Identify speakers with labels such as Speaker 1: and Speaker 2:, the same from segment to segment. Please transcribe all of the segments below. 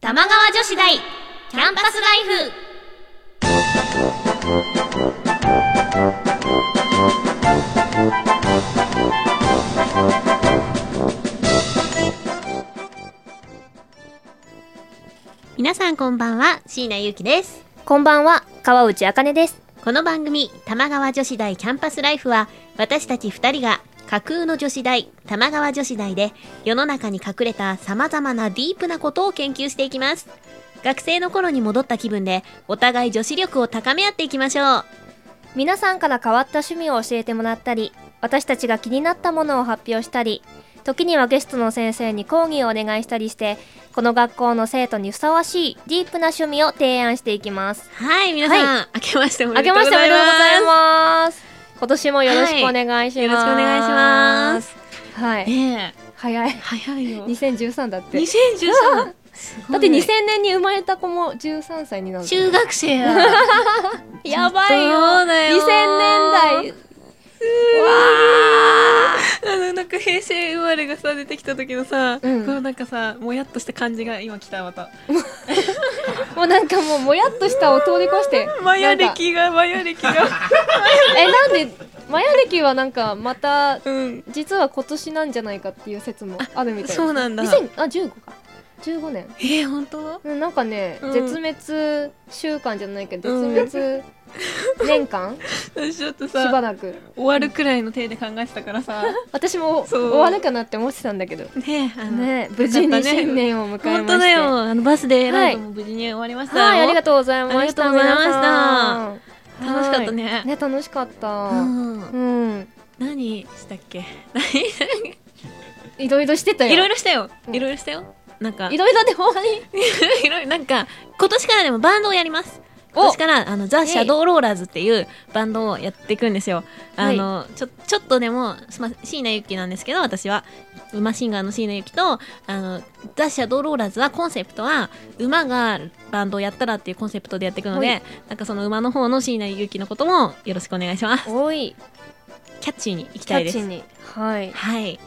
Speaker 1: 玉川女子大キャンパスライフ皆さんこんばんは椎名ゆうきです
Speaker 2: こんばんは、川内あかねです。
Speaker 1: この番組玉川女子大キャンパスライフは私たち2人が架空の女子大玉川女子大で世の中に隠れた様々なディープなことを研究していきます学生の頃に戻った気分でお互い女子力を高め合っていきましょう
Speaker 2: 皆さんから変わった趣味を教えてもらったり、私たちが気になったものを発表したり、時にはゲストの先生に講義をお願いしたりして、この学校の生徒にふさわしいディープな趣味を提案していきます。
Speaker 1: はい皆さん、明けましておめで
Speaker 2: 明
Speaker 1: と
Speaker 2: け
Speaker 1: うご
Speaker 2: ま
Speaker 1: ざい
Speaker 2: し
Speaker 1: ます
Speaker 2: ておめでとうございます。今年もよろしくお願いします。
Speaker 1: よろしくお願いします。
Speaker 2: はい。
Speaker 1: ねえ
Speaker 2: 早い。
Speaker 1: 早いよ
Speaker 2: 2013だって。
Speaker 1: 2013すごい
Speaker 2: だって2000年に生まれた子も13歳になる。
Speaker 1: 中学生 や
Speaker 2: やばいよ。
Speaker 1: そうだよ
Speaker 2: 2000年代。
Speaker 1: あのなんか平成生まれがさ出てきた時のさ、
Speaker 2: うん
Speaker 1: こうなんかさもやっとした感じが今来たまた
Speaker 2: もうなんかもうもやっとしたを通り越して
Speaker 1: マヤ
Speaker 2: なんか
Speaker 1: 歴がマヤ 歴が
Speaker 2: えなんでマヤ歴はなんかまた
Speaker 1: うん
Speaker 2: 実は今年なんじゃないかっていう説もあるみたい
Speaker 1: そうなんだ
Speaker 2: 2000あ15か15年
Speaker 1: えー、本当
Speaker 2: うんなんかね、
Speaker 1: うん
Speaker 2: 絶滅週間じゃないけど
Speaker 1: うん
Speaker 2: 絶滅 年間、
Speaker 1: 私ちょっと
Speaker 2: しば
Speaker 1: さ
Speaker 2: らく
Speaker 1: 終わるくらいの手で考えてたからさ
Speaker 2: 私も終
Speaker 1: そう
Speaker 2: わるかなって思ってたんだけど
Speaker 1: ねえあの
Speaker 2: ね無事
Speaker 1: よかっ
Speaker 2: に
Speaker 1: たね
Speaker 2: 新年を迎えまして
Speaker 1: 本当だよあのバスで
Speaker 2: は
Speaker 1: ラ
Speaker 2: い
Speaker 1: イブも無事に終わりましたよ、
Speaker 2: はいありがとうございました
Speaker 1: ありがとうございました
Speaker 2: 皆
Speaker 1: 楽しか
Speaker 2: さん
Speaker 1: ったね
Speaker 2: はいね楽しかった
Speaker 1: うん
Speaker 2: うん
Speaker 1: 何したっけ
Speaker 2: いろいろしてたよ
Speaker 1: いろいろしたよ
Speaker 2: うん
Speaker 1: い ろいろしたよなんか
Speaker 2: いろいろで終わり
Speaker 1: いろいろなんか今年からでもバンドをやります今年からあのザ・シャドーローラーズっていうバンドをやっていくんですよ。あ
Speaker 2: はい
Speaker 1: の、ちょちょっとでも、まあ、椎名ゆきなんですけど私は馬シンガーの椎名ゆきとあのザ・シャドーローラーズはコンセプトは馬がバンドをやったらっていうコンセプトでやっていくので、
Speaker 2: はい
Speaker 1: なんかその馬の方の椎名ゆきのこともよろしくお願いします。
Speaker 2: 多い
Speaker 1: キャッチーに行き
Speaker 2: キ
Speaker 1: た
Speaker 2: ャ
Speaker 1: いで
Speaker 2: ッ
Speaker 1: す
Speaker 2: チ。にはい
Speaker 1: はい、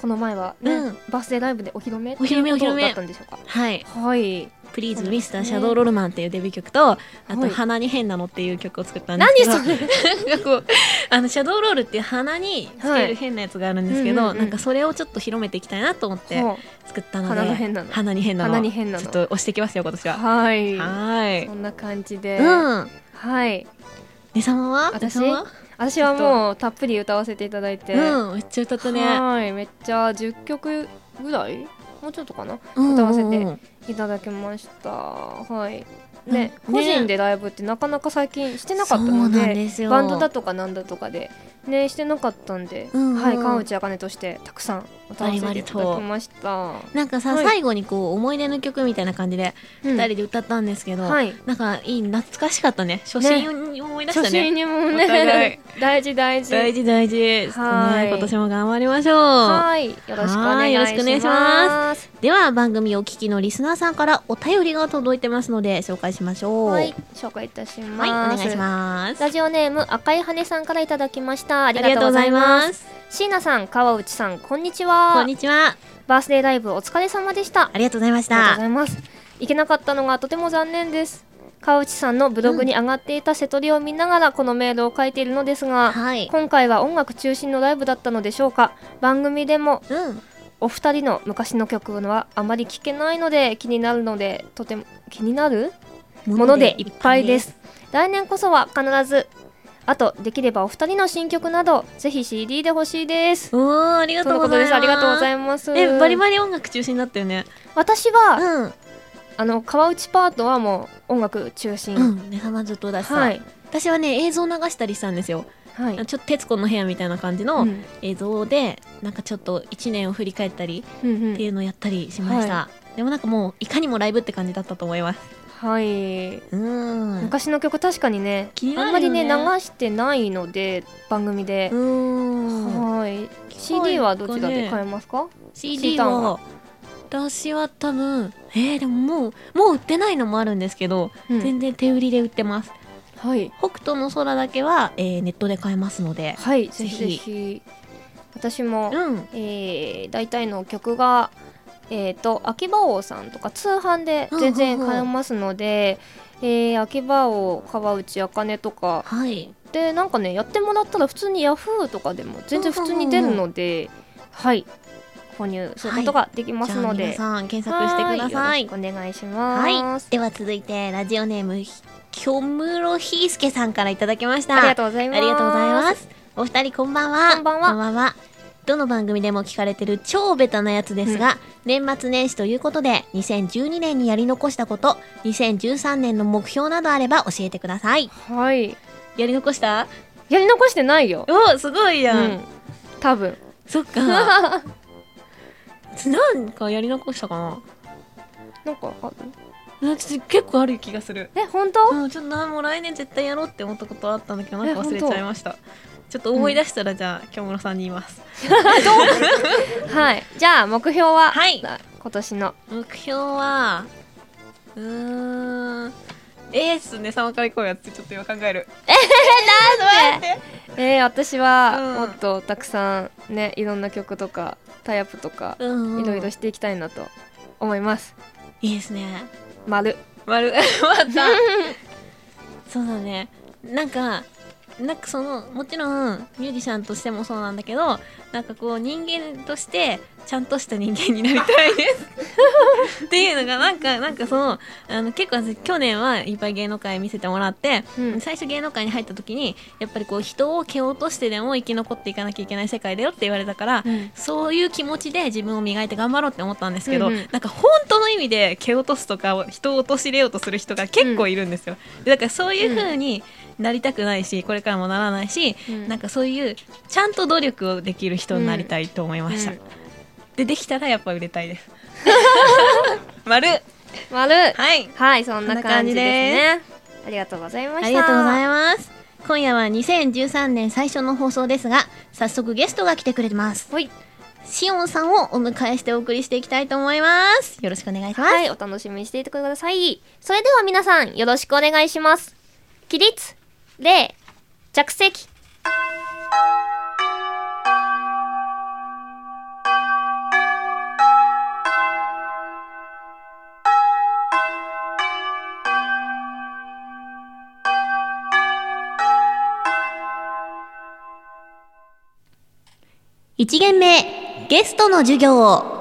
Speaker 2: この前はね、
Speaker 1: うん
Speaker 2: バースデーライブでお披露目
Speaker 1: お披露目
Speaker 2: っていう
Speaker 1: お披露
Speaker 2: こと
Speaker 1: 目
Speaker 2: だったんでしょうか
Speaker 1: はい
Speaker 2: はい
Speaker 1: プリーズ
Speaker 2: そう
Speaker 1: ミ
Speaker 2: で
Speaker 1: ス
Speaker 2: す
Speaker 1: タ
Speaker 2: ね
Speaker 1: ーシャドーロールマンっていうデビュー曲と、あ
Speaker 2: は
Speaker 1: と
Speaker 2: い
Speaker 1: 鼻に変なのっていう曲を作ったんです
Speaker 2: 何
Speaker 1: けど。
Speaker 2: それ
Speaker 1: なんかこうあのシャドーロールっていう鼻につける変なやつがあるんですけど、
Speaker 2: はいうんうんうん
Speaker 1: なんかそれをちょっと広めていきたいなと思って
Speaker 2: ほ
Speaker 1: 作ったので
Speaker 2: 鼻の変なの
Speaker 1: 鼻に変なの
Speaker 2: 鼻に変なの
Speaker 1: ちょっと押してきますよ今年
Speaker 2: う
Speaker 1: はは
Speaker 2: はい
Speaker 1: ーい
Speaker 2: そんな感じで、
Speaker 1: うん
Speaker 2: はい
Speaker 1: ねさまは
Speaker 2: 私
Speaker 1: ねさまは
Speaker 2: 私はもうたっぷり歌わせていただいて、
Speaker 1: うんめっちゃ歌ったね
Speaker 2: はいめっちゃ10曲ぐらいもうちょっとかな
Speaker 1: うん
Speaker 2: 歌わせて
Speaker 1: うんうん
Speaker 2: いただきましたはいね
Speaker 1: うん
Speaker 2: 個
Speaker 1: ね
Speaker 2: 人でライブってなかなか最近してなかったの
Speaker 1: そうな
Speaker 2: で
Speaker 1: んですよ
Speaker 2: バンドだとかなんだとかでねしてなかったんで、
Speaker 1: うんうん
Speaker 2: はい川内茜としてたくさん歌わせていただきました、
Speaker 1: なんかさ、
Speaker 2: はい
Speaker 1: 最後にこう思い出の曲みたいな感じで
Speaker 2: うん
Speaker 1: 二人で歌ったんですけど、
Speaker 2: はい
Speaker 1: なんかいい懐かしかったね初心に思い出した
Speaker 2: 初
Speaker 1: ね
Speaker 2: 心にも
Speaker 1: お互い
Speaker 2: ね大事大事
Speaker 1: 大事大事、ね、
Speaker 2: はい
Speaker 1: 今年も頑張りましょう
Speaker 2: はいよろしくお願いします
Speaker 1: はいよろしくお願いしますでは番組をお聞きのリスナーさんからお便りが届いてますので紹介しましょう
Speaker 2: はい紹介いたし
Speaker 1: は
Speaker 2: ま
Speaker 1: い
Speaker 2: す、
Speaker 1: お願いします
Speaker 2: ラジオネーム赤い羽さんからいただきましたあ
Speaker 1: あ
Speaker 2: りがとうございます
Speaker 1: す
Speaker 2: 椎名さん川内さんこんにちは
Speaker 1: こんにちは
Speaker 2: バースデーライブお疲れ様でした
Speaker 1: ありがとうございまし
Speaker 2: ありがとうご
Speaker 1: た
Speaker 2: ざいます。行けなかったのがとても残念です。川内さんのブログに上がっていた瀬戸りを見ながらこのメールを書いているのですが、
Speaker 1: はい
Speaker 2: 今回は音楽中心のライブだったのでしょうか番組でも
Speaker 1: うん
Speaker 2: お二人の昔の曲はあまり聞けないので気になるのでとても気になるものでいっぱいです来年こそは必ずあとできればお二人の新曲などぜひ CD で欲しいです
Speaker 1: おーありが
Speaker 2: と
Speaker 1: と
Speaker 2: の
Speaker 1: う
Speaker 2: こ
Speaker 1: ご
Speaker 2: と
Speaker 1: ざい
Speaker 2: で
Speaker 1: ます
Speaker 2: すありがとうございます
Speaker 1: えバリバリ音楽中心だったよね
Speaker 2: 私は、
Speaker 1: うん
Speaker 2: あの川内パートはもう音楽中心、
Speaker 1: うんねさまずっとだしさ、
Speaker 2: はい
Speaker 1: 私はね映像流したりしたんですよ
Speaker 2: はい
Speaker 1: ちょっと徹子の部屋みたいな感じ
Speaker 2: う
Speaker 1: の
Speaker 2: ん
Speaker 1: 映像でなんかちょっと一年を振り返ったり
Speaker 2: うんう
Speaker 1: ってい
Speaker 2: ん
Speaker 1: うのをやったりしました、でもなんかもういかにもライブって感じだったと思います
Speaker 2: はい、
Speaker 1: うん
Speaker 2: 昔の曲確かにね
Speaker 1: 気にな
Speaker 2: あ
Speaker 1: る
Speaker 2: ん
Speaker 1: よ
Speaker 2: ま
Speaker 1: ね
Speaker 2: りね流してないので番組で、
Speaker 1: うん
Speaker 2: はい
Speaker 1: こえ
Speaker 2: CD はどちらで買えますか
Speaker 1: CD
Speaker 2: ターン
Speaker 1: は
Speaker 2: は
Speaker 1: 私は多分えー、でももうもう売ってないのもあるんですけど、
Speaker 2: うん
Speaker 1: 全然手売りで売ってます
Speaker 2: はい
Speaker 1: 北斗の空だけは、えーネットで買えますので
Speaker 2: はい
Speaker 1: ぜ
Speaker 2: ぜ
Speaker 1: ひ
Speaker 2: ひぜひ私も、
Speaker 1: うん
Speaker 2: えー、大体の曲がえー、と秋葉王さんとか通販で全然買えますので、えー秋葉王川内茜とか
Speaker 1: はい。
Speaker 2: でなんかねやってもらったら普通にヤフーとかでも全然普通に出るので、はい購入することができま
Speaker 1: じ
Speaker 2: す
Speaker 1: ゃあ
Speaker 2: の
Speaker 1: 皆
Speaker 2: で、
Speaker 1: さん検索してください。
Speaker 2: はーよろしくお願いし
Speaker 1: は
Speaker 2: ま
Speaker 1: い
Speaker 2: す。、
Speaker 1: では続いてラジオネームきょむろひーすけさんからいただきました。
Speaker 2: ありがとうございます。
Speaker 1: ありがとうございます。お二人こんばんは。
Speaker 2: こんばんは
Speaker 1: どの番組でも聞かれてる超ベタなやつですが、年末年始ということで、2012年にやり残したこと、2013年の目標などあれば教えてください。
Speaker 2: はい。
Speaker 1: やり残した
Speaker 2: やり残してないよ。
Speaker 1: おすごいやん。
Speaker 2: うん。多分。
Speaker 1: そっか。 なんかやり残したかな
Speaker 2: なんかあ
Speaker 1: うんちょっと結構ある気がする。
Speaker 2: え本当？
Speaker 1: うん、ちょっとなもう来年絶対やろうって思ったことあったんだけどなんか忘れ
Speaker 2: え
Speaker 1: ち
Speaker 2: 本当
Speaker 1: ゃいましたちょっと思い出したらじゃあ京村さんに言います
Speaker 2: はい。じゃあ目標は、
Speaker 1: はい
Speaker 2: あ今年の
Speaker 1: 目標はうーんえー、っすね様から行こうやってちょっと今考えるえー、なんで
Speaker 2: えー、私
Speaker 1: うん
Speaker 2: はもっとたくさんねいろんな曲とかタイアップとか
Speaker 1: うん
Speaker 2: いろいろ
Speaker 1: い
Speaker 2: していきたいなと思います。
Speaker 1: いですね
Speaker 2: 丸。
Speaker 1: 丸また そうだねなんかなんかそのもちろんミュージシャンとしてもそうなんだけどなんかこう人間としてちゃんとした人間になりたいです っていうのがなんかなんかそのあの結構私去年はいっぱい芸能界見せてもらって、
Speaker 2: うん
Speaker 1: 最初芸能界に入った時にやっぱりこう人を蹴落としてでも生き残っていかなきゃいけない世界だよって言われたから、
Speaker 2: うん
Speaker 1: そういう気持ちで自分を磨いて頑張ろうって思ったんですけど、
Speaker 2: うんうん
Speaker 1: なんか本当の意味で蹴落とすとか人を陥れようとする人が結構いるんですよ、だからそういう風になりたくないしこれからもならないし、
Speaker 2: うん
Speaker 1: なんかそういうちゃんと努力をできる人になりたいと思いました、
Speaker 2: うん
Speaker 1: でできたらやっぱ売れたいです 丸
Speaker 2: 丸。
Speaker 1: はい
Speaker 2: はい、そんな感じですね。ありがとうございました。
Speaker 1: ありがとうござ
Speaker 2: ま
Speaker 1: います今夜は2013年最初の放送ですが早速ゲストが来てくれてます
Speaker 2: す。はい、
Speaker 1: シオンさんをお迎えしてお送りしていきたいと思いますよろしくお願いします、
Speaker 2: はい、お楽しみにしていてください。それでは皆さん、よろしくお願いします。起立、礼、着席。
Speaker 1: 一限目、ゲストの授業を。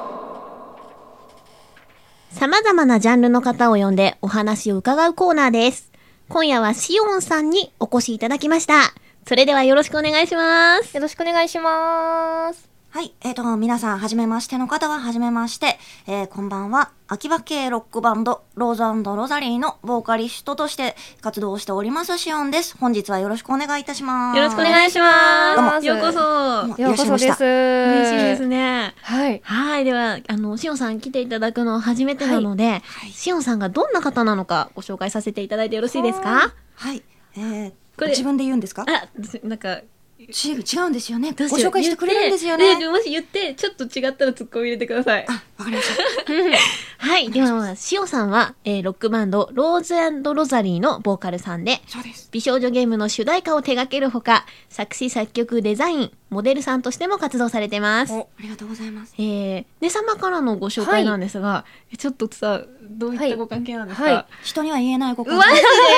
Speaker 1: 様々なジャンルの方を呼んでお話を伺うコーナーです。今夜はシオンさんにお越しいただきました。それではよろしくお願いします。
Speaker 2: よろしくお願いします。
Speaker 3: はい。えっ、と、皆さん、はじめましての方は、はじめまして。えーこんばんは。秋葉系ロックバンド、ローズロザリーのボーカリストとして活動しております、シオンです。本日はよろしくお願いいたします。
Speaker 1: よろしくお
Speaker 3: い
Speaker 1: 願いしま。
Speaker 2: ますす
Speaker 1: ようこそ。
Speaker 3: も
Speaker 2: ようこそです。
Speaker 1: 嬉
Speaker 2: 嬉
Speaker 1: しいですね。
Speaker 2: はい。
Speaker 1: はい。では、あの、しおんさん来ていただくのは初めてなので、
Speaker 3: はい
Speaker 1: しおんさんがどんな方なのかご紹介させていただいてよろしいですか
Speaker 3: はい。えー
Speaker 1: これ
Speaker 3: 自分で言うんですか
Speaker 1: あ、なんか、
Speaker 3: ち違うんですよね。
Speaker 1: ど
Speaker 3: ご
Speaker 1: うしよう
Speaker 3: 紹介してくれるんですよ
Speaker 1: 言って
Speaker 3: ね。
Speaker 1: もし言って、ちょっと違ったら突っ込み入れてください
Speaker 3: あ。、わかりました。
Speaker 1: はい。では、しおさんは、えーロックバンド、ローズロザリーのボーカルさんで、
Speaker 3: そうです。
Speaker 1: 美少女ゲームの主題歌を手掛けるほか、作詞作曲、デザイン、モデルさんとしても活動されてます。
Speaker 3: お、ありがとうございます。
Speaker 1: えー、ね様からのご紹介なんですが、えちょっとさ、どういったご関係なんですか、
Speaker 2: はいはい
Speaker 3: 人には言えないご
Speaker 1: うわ
Speaker 3: 感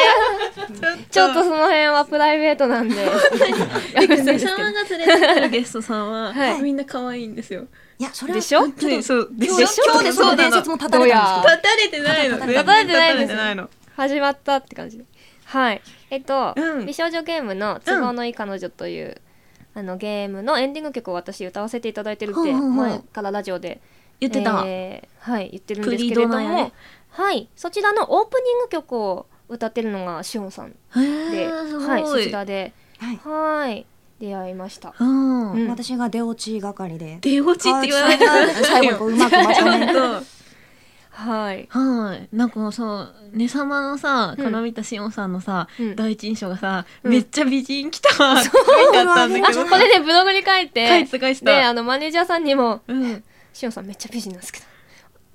Speaker 2: ちょっとその辺はプライベートなんで。やめたん
Speaker 1: ね
Speaker 2: ですけど
Speaker 1: 様が連れてくるゲストさんは、
Speaker 2: はい
Speaker 1: みんな可愛いんですよ。
Speaker 3: いや、それは。
Speaker 2: でしょ
Speaker 3: ちょっと
Speaker 1: そうでしょ
Speaker 3: 今日今日でその伝説も立たれたんです
Speaker 1: 立たれてないの。
Speaker 3: 立
Speaker 2: たれてないです
Speaker 1: 立たれてないの。
Speaker 2: 始まったって感じはいえっと、
Speaker 1: うん
Speaker 2: 美少女ゲームの「都合のいい彼女」という、あのゲームのエンディング曲を私歌わせていただいてるっ
Speaker 1: ほう
Speaker 2: て
Speaker 1: ほうほう
Speaker 2: 前からラジオで
Speaker 1: 言ってた。
Speaker 2: えーはい言ってるんですけれど
Speaker 1: クリドナ
Speaker 2: も、
Speaker 1: やね
Speaker 2: はいそちらのオープニング曲を歌ってるのがしおんさん
Speaker 1: へ
Speaker 2: で、
Speaker 1: ー、すごい。
Speaker 2: はいそちらで
Speaker 3: はい。
Speaker 2: はい出会いました
Speaker 1: うん。
Speaker 2: うん
Speaker 3: 私が出落ち係で。
Speaker 1: 出落ちって言わないでくださいよ
Speaker 3: 最後こううまくまとめて
Speaker 1: ちょっ
Speaker 2: はい、
Speaker 1: とはいなんかさねさまのさ
Speaker 2: うん
Speaker 1: から見たしおんさんのさ、
Speaker 2: うん
Speaker 1: 第一印象がさ、
Speaker 2: うん
Speaker 1: めっちゃ美人来たわって書いてあったんだけど
Speaker 2: あこれでブログに書いて
Speaker 1: 書いてた書いてた
Speaker 2: であのマネージャーさんにも
Speaker 1: うん、
Speaker 2: 「しおんさんめっちゃ美人なんですけど」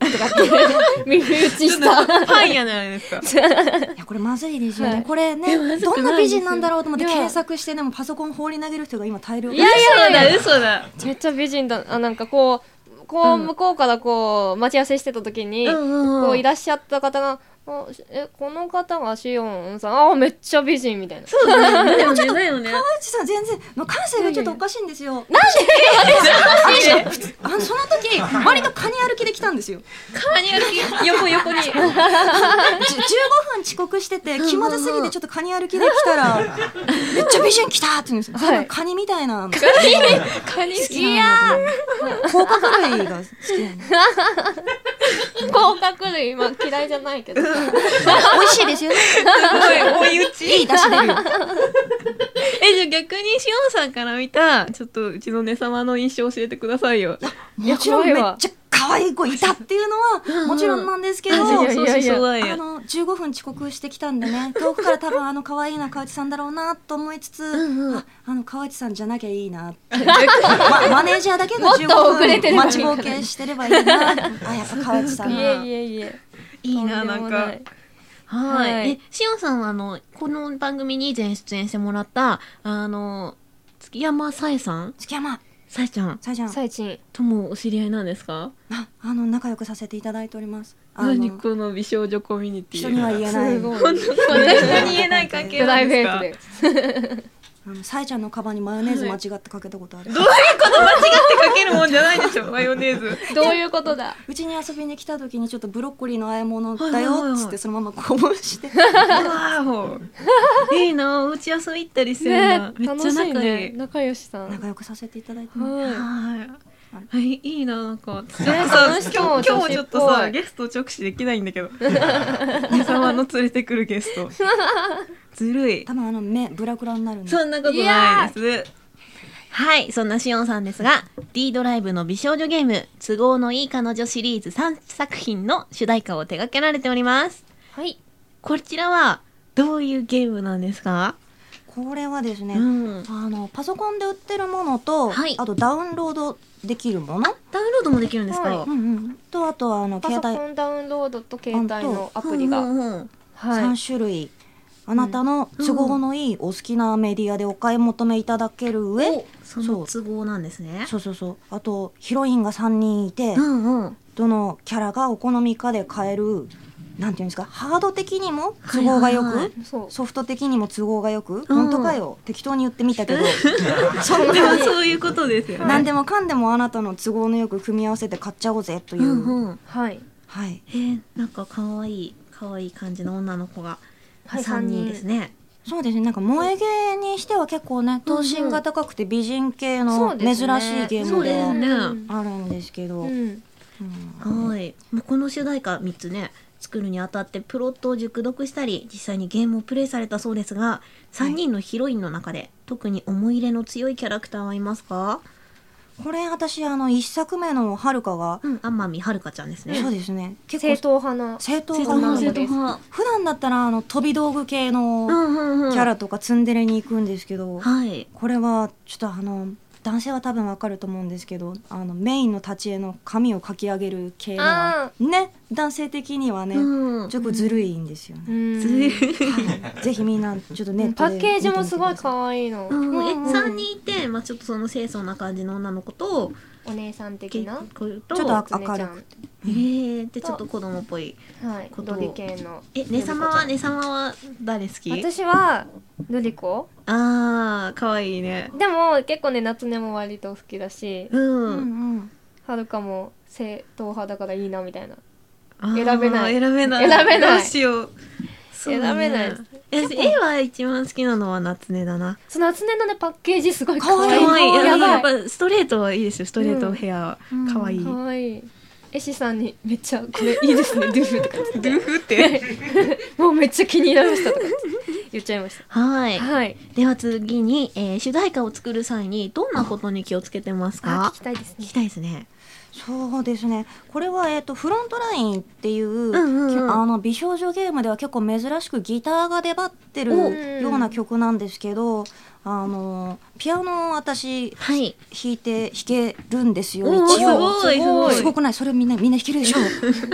Speaker 2: とかって耳打ち
Speaker 1: ちょ
Speaker 2: し
Speaker 1: っと
Speaker 2: た
Speaker 1: パ ンやないですか
Speaker 3: いやこれまずいですよね、
Speaker 2: はい
Speaker 3: これ
Speaker 1: いや
Speaker 3: ね
Speaker 1: まずくない
Speaker 3: どんな美人なんだろうと思って
Speaker 2: いや
Speaker 3: 検索してでもパソコン放り投げる人が今大量
Speaker 2: いやいやいや
Speaker 1: 嘘だ嘘だ
Speaker 2: めっちゃ美人だあなんかこうこう、
Speaker 1: うん
Speaker 2: 向こうからこう待ち合わせしてた時に、こういらっしゃった方が「あえこの方がシオンさんあめっちゃ美人」みたいな
Speaker 3: そう だね。でも
Speaker 1: っ
Speaker 3: ちょっ
Speaker 1: と
Speaker 3: と、
Speaker 1: だ
Speaker 3: 川
Speaker 1: よね。
Speaker 3: 内さん全然、もう感性がちょっとおかしいんですよ。あの、その時、割とカニ歩きで来たんですよ。
Speaker 1: 川に横横に。
Speaker 3: じゅ15分遅刻してて気まずすぎてちょっとカニ歩きでき たら「めっちゃ美人来た!」って言うんですよ、
Speaker 2: はい
Speaker 3: 多分カニみたいなの好
Speaker 1: カ ニ好
Speaker 3: きなので甲殻類が好 きなの
Speaker 2: 甲殻類まあ嫌いじゃないけど
Speaker 3: 美味しいですよね
Speaker 1: 追い打
Speaker 3: いい
Speaker 1: ち。
Speaker 3: 出汁出るよ
Speaker 1: え、じゃあ逆にしおんさんから見た、ちょっとうちの姉様の印象教えてくださいよ。
Speaker 3: もちろんめ
Speaker 2: い
Speaker 3: っ
Speaker 2: や怖いわ
Speaker 3: ちゃ可愛い子いたっていうのはもちろんなんですけど
Speaker 2: う
Speaker 1: そう
Speaker 2: いやい
Speaker 1: そう
Speaker 2: や
Speaker 1: そう
Speaker 2: いや
Speaker 1: そうなん
Speaker 3: あ
Speaker 1: や。
Speaker 3: の15分遅刻してきたんで ね遠くから多分あの可愛いな川内さんだろうなと思いつつ、
Speaker 1: うんうん
Speaker 3: ああの川内さんじゃなきゃいい なって、まマネージャーだけが15
Speaker 2: もっと遅れてれば
Speaker 3: 分
Speaker 2: いい
Speaker 3: 待ちぼうけしてればいいなあやっぱ川内さん
Speaker 2: い
Speaker 3: は
Speaker 2: えいえいえ
Speaker 1: いいな、
Speaker 2: と
Speaker 1: なん
Speaker 2: で
Speaker 1: ん
Speaker 2: も
Speaker 1: か
Speaker 2: い。
Speaker 1: はい、
Speaker 2: はい
Speaker 1: えしおんさんはあのこの番組に以前出演してもらったあの月山さえさん
Speaker 3: 月山
Speaker 1: さえちゃん
Speaker 3: さえちゃん
Speaker 2: サイチン
Speaker 1: ともお知り合いなんですか
Speaker 3: ああの仲良くさせていただいております。あの
Speaker 1: 何この美少女コミュニティ
Speaker 3: 人には言えない。
Speaker 2: すごい
Speaker 1: 人に言えない関係
Speaker 2: プ
Speaker 1: な
Speaker 2: ラ
Speaker 1: ん
Speaker 2: イ
Speaker 1: で
Speaker 2: ベ
Speaker 1: す
Speaker 2: ー
Speaker 1: か
Speaker 2: トで
Speaker 3: あのさえちゃんのカバンにマヨネーズ間違ってかけたことある。
Speaker 1: どういうこと間違ってかけるもんじゃないでしょマヨネーズ
Speaker 2: どういうこ とだ
Speaker 3: うちに遊びに来た時にちょっとブロッコリーの和え物
Speaker 1: は
Speaker 3: だ
Speaker 1: いはいはいは
Speaker 3: よ
Speaker 1: い
Speaker 3: っつってそのままこ ぼして。
Speaker 1: わお いいなお家遊び行ったりしてる
Speaker 2: ね
Speaker 1: んだ、めっち
Speaker 2: 楽
Speaker 1: ゃ
Speaker 2: しい
Speaker 1: 仲い
Speaker 2: ね
Speaker 1: い、
Speaker 2: 仲良しさん
Speaker 3: 仲良くさせていただいてます。
Speaker 2: は
Speaker 1: はい、はい、いいななんかちょっと
Speaker 2: 楽しそう
Speaker 1: 今日今日ちょっと
Speaker 2: 女子っぽ
Speaker 1: さ
Speaker 2: い
Speaker 1: ゲスト直視できないんだ けど姉様の連れてくるゲストずるい
Speaker 3: 多分あの目ブラクラになるんで。
Speaker 1: そんなことないです。はい、そんなしおんさんですが、D ドライブの美少女ゲーム、都合のいい彼女シリーズ3作品の主題歌を手掛けられております。
Speaker 2: いはい
Speaker 1: こちらは、どういうゲームなんですか
Speaker 3: これはですね、
Speaker 1: うん。
Speaker 3: あのパソコンで売ってるものと、
Speaker 1: はい
Speaker 3: あとダウンロードできるもの、
Speaker 1: ダウンロードもできるんですか、
Speaker 2: は
Speaker 3: うんうん、とあとはあの
Speaker 2: パ
Speaker 3: 携
Speaker 2: ソ
Speaker 3: 帯
Speaker 2: コンダウンロードと携帯のアプリが、
Speaker 1: うんうんうん
Speaker 2: はい
Speaker 3: 三種類、あなたの都合のいいお好きなメディアでお買い求めいただける上、
Speaker 1: おその都合なんですね。
Speaker 3: そうそうそうあとヒロインが3人いて、
Speaker 1: うんうん。
Speaker 3: どのキャラがお好みかで買えるなんていうんですかハード的にも都合がよく、
Speaker 1: はいはいはい
Speaker 2: そう
Speaker 3: ソフト的にも都合がよく、本当かよ適当に言ってみたけどそん
Speaker 1: で
Speaker 3: な
Speaker 1: も
Speaker 3: に
Speaker 1: そういうことですよね。
Speaker 3: 何でもかんでもあなたの都合のよく組み合わせて買っちゃおうぜというう、
Speaker 1: んうん。
Speaker 2: はい
Speaker 3: はい、
Speaker 1: えー、なんか可愛い、可愛い感じの女の子が、
Speaker 2: はい
Speaker 1: 3人ですね。
Speaker 3: そうですねなんか萌えゲーにしては結構ね頭身が高くて美人系
Speaker 2: そ
Speaker 3: の
Speaker 2: う
Speaker 3: 珍
Speaker 2: で
Speaker 3: し
Speaker 2: すね
Speaker 3: いゲー
Speaker 1: そう
Speaker 3: ム
Speaker 1: ですね
Speaker 3: で
Speaker 2: うん
Speaker 3: あるんですけど、
Speaker 2: うん
Speaker 3: うん
Speaker 1: はい、もうこの主題歌3つね作るにあたってプロットを熟読したり実際にゲームをプレイされたそうですが3人のヒロインの中で、特に思い入れの強いキャラクターはいますか
Speaker 3: これ私あの一作目のはるかが、
Speaker 1: うん天海はるかちゃんですね。
Speaker 3: そうですね結
Speaker 2: 正
Speaker 3: 構
Speaker 2: 統派な
Speaker 3: 正統
Speaker 1: 生徒
Speaker 3: 派な
Speaker 1: 派生
Speaker 2: 正統
Speaker 3: の
Speaker 1: 徒
Speaker 3: で
Speaker 1: 派
Speaker 3: 普段だったらあの飛び道具系
Speaker 1: う
Speaker 3: の
Speaker 1: んうんうん
Speaker 3: キャラとかツンデレに行くんですけど、
Speaker 1: はい
Speaker 3: これはちょっとあの男性は多分わかると思うんですけどあのメインの立ち絵の髪をかき上げる系のはね男性的にはね、
Speaker 1: うん
Speaker 3: ちょっとずるいんですよね、
Speaker 2: うん
Speaker 1: ず る
Speaker 3: はいぜひみんなちょっとネッ
Speaker 2: パ
Speaker 3: トで
Speaker 2: ッケージもすごい
Speaker 3: 見てみてくださ
Speaker 2: 可愛いの、
Speaker 1: うんえ
Speaker 3: うんうん
Speaker 1: 3人いて、まあ、ちょっとその清楚な感じの女の子と
Speaker 2: お姉さん的
Speaker 1: 結
Speaker 2: な
Speaker 1: 構と
Speaker 3: ちょっとあ
Speaker 2: お姉ちゃん
Speaker 3: 明る
Speaker 1: えー、でちょっと子供っぽい
Speaker 2: はい
Speaker 1: ことを
Speaker 2: ドリ系の
Speaker 1: え姉様は姉様は誰好き
Speaker 2: 私はルリコ
Speaker 1: あーかわいいね
Speaker 2: でも結構ね夏音も割と好きだし
Speaker 3: い
Speaker 1: うん
Speaker 3: うんうん
Speaker 2: はるかも正統派だからいいなみたいな
Speaker 1: あー
Speaker 2: 選べない
Speaker 1: 選べない
Speaker 2: 選べない
Speaker 1: どうしようそうだね
Speaker 2: 選べないです
Speaker 1: え私絵は一番好きなのは夏音だな
Speaker 2: その夏音のねパッケージすごい
Speaker 3: 可
Speaker 2: 可
Speaker 3: 愛
Speaker 2: 愛
Speaker 3: い
Speaker 2: い
Speaker 1: 可愛いや
Speaker 2: やばい
Speaker 1: やっぱストレートはいいですよストレートヘアは
Speaker 3: うん
Speaker 1: 可愛い
Speaker 2: 可愛い絵師さんにめっちゃこ れいいですねドゥフとか言って
Speaker 1: ドゥフって
Speaker 2: もうめっちゃ気に入られましたとか 言っちゃいまし
Speaker 1: はい
Speaker 2: た。はい。
Speaker 1: では次に、えー主題歌を作る際にどんなことに気をつけてますか
Speaker 2: あ、聞きたいです
Speaker 1: 聞
Speaker 2: ね
Speaker 1: き。たいですね
Speaker 3: そうですねこれは、えっとフロントラインっていう,、
Speaker 1: んうんうん
Speaker 3: あの美少女ゲームでは結構珍しくギターが出張ってる
Speaker 2: お
Speaker 3: ような曲なんですけどあのピアノを私
Speaker 1: はい
Speaker 3: 弾いて弾けるんですよ
Speaker 1: おー
Speaker 3: 一
Speaker 1: す
Speaker 3: 応。
Speaker 1: ごいすごい
Speaker 3: すごくないそれみんなみんな弾けるでしょ う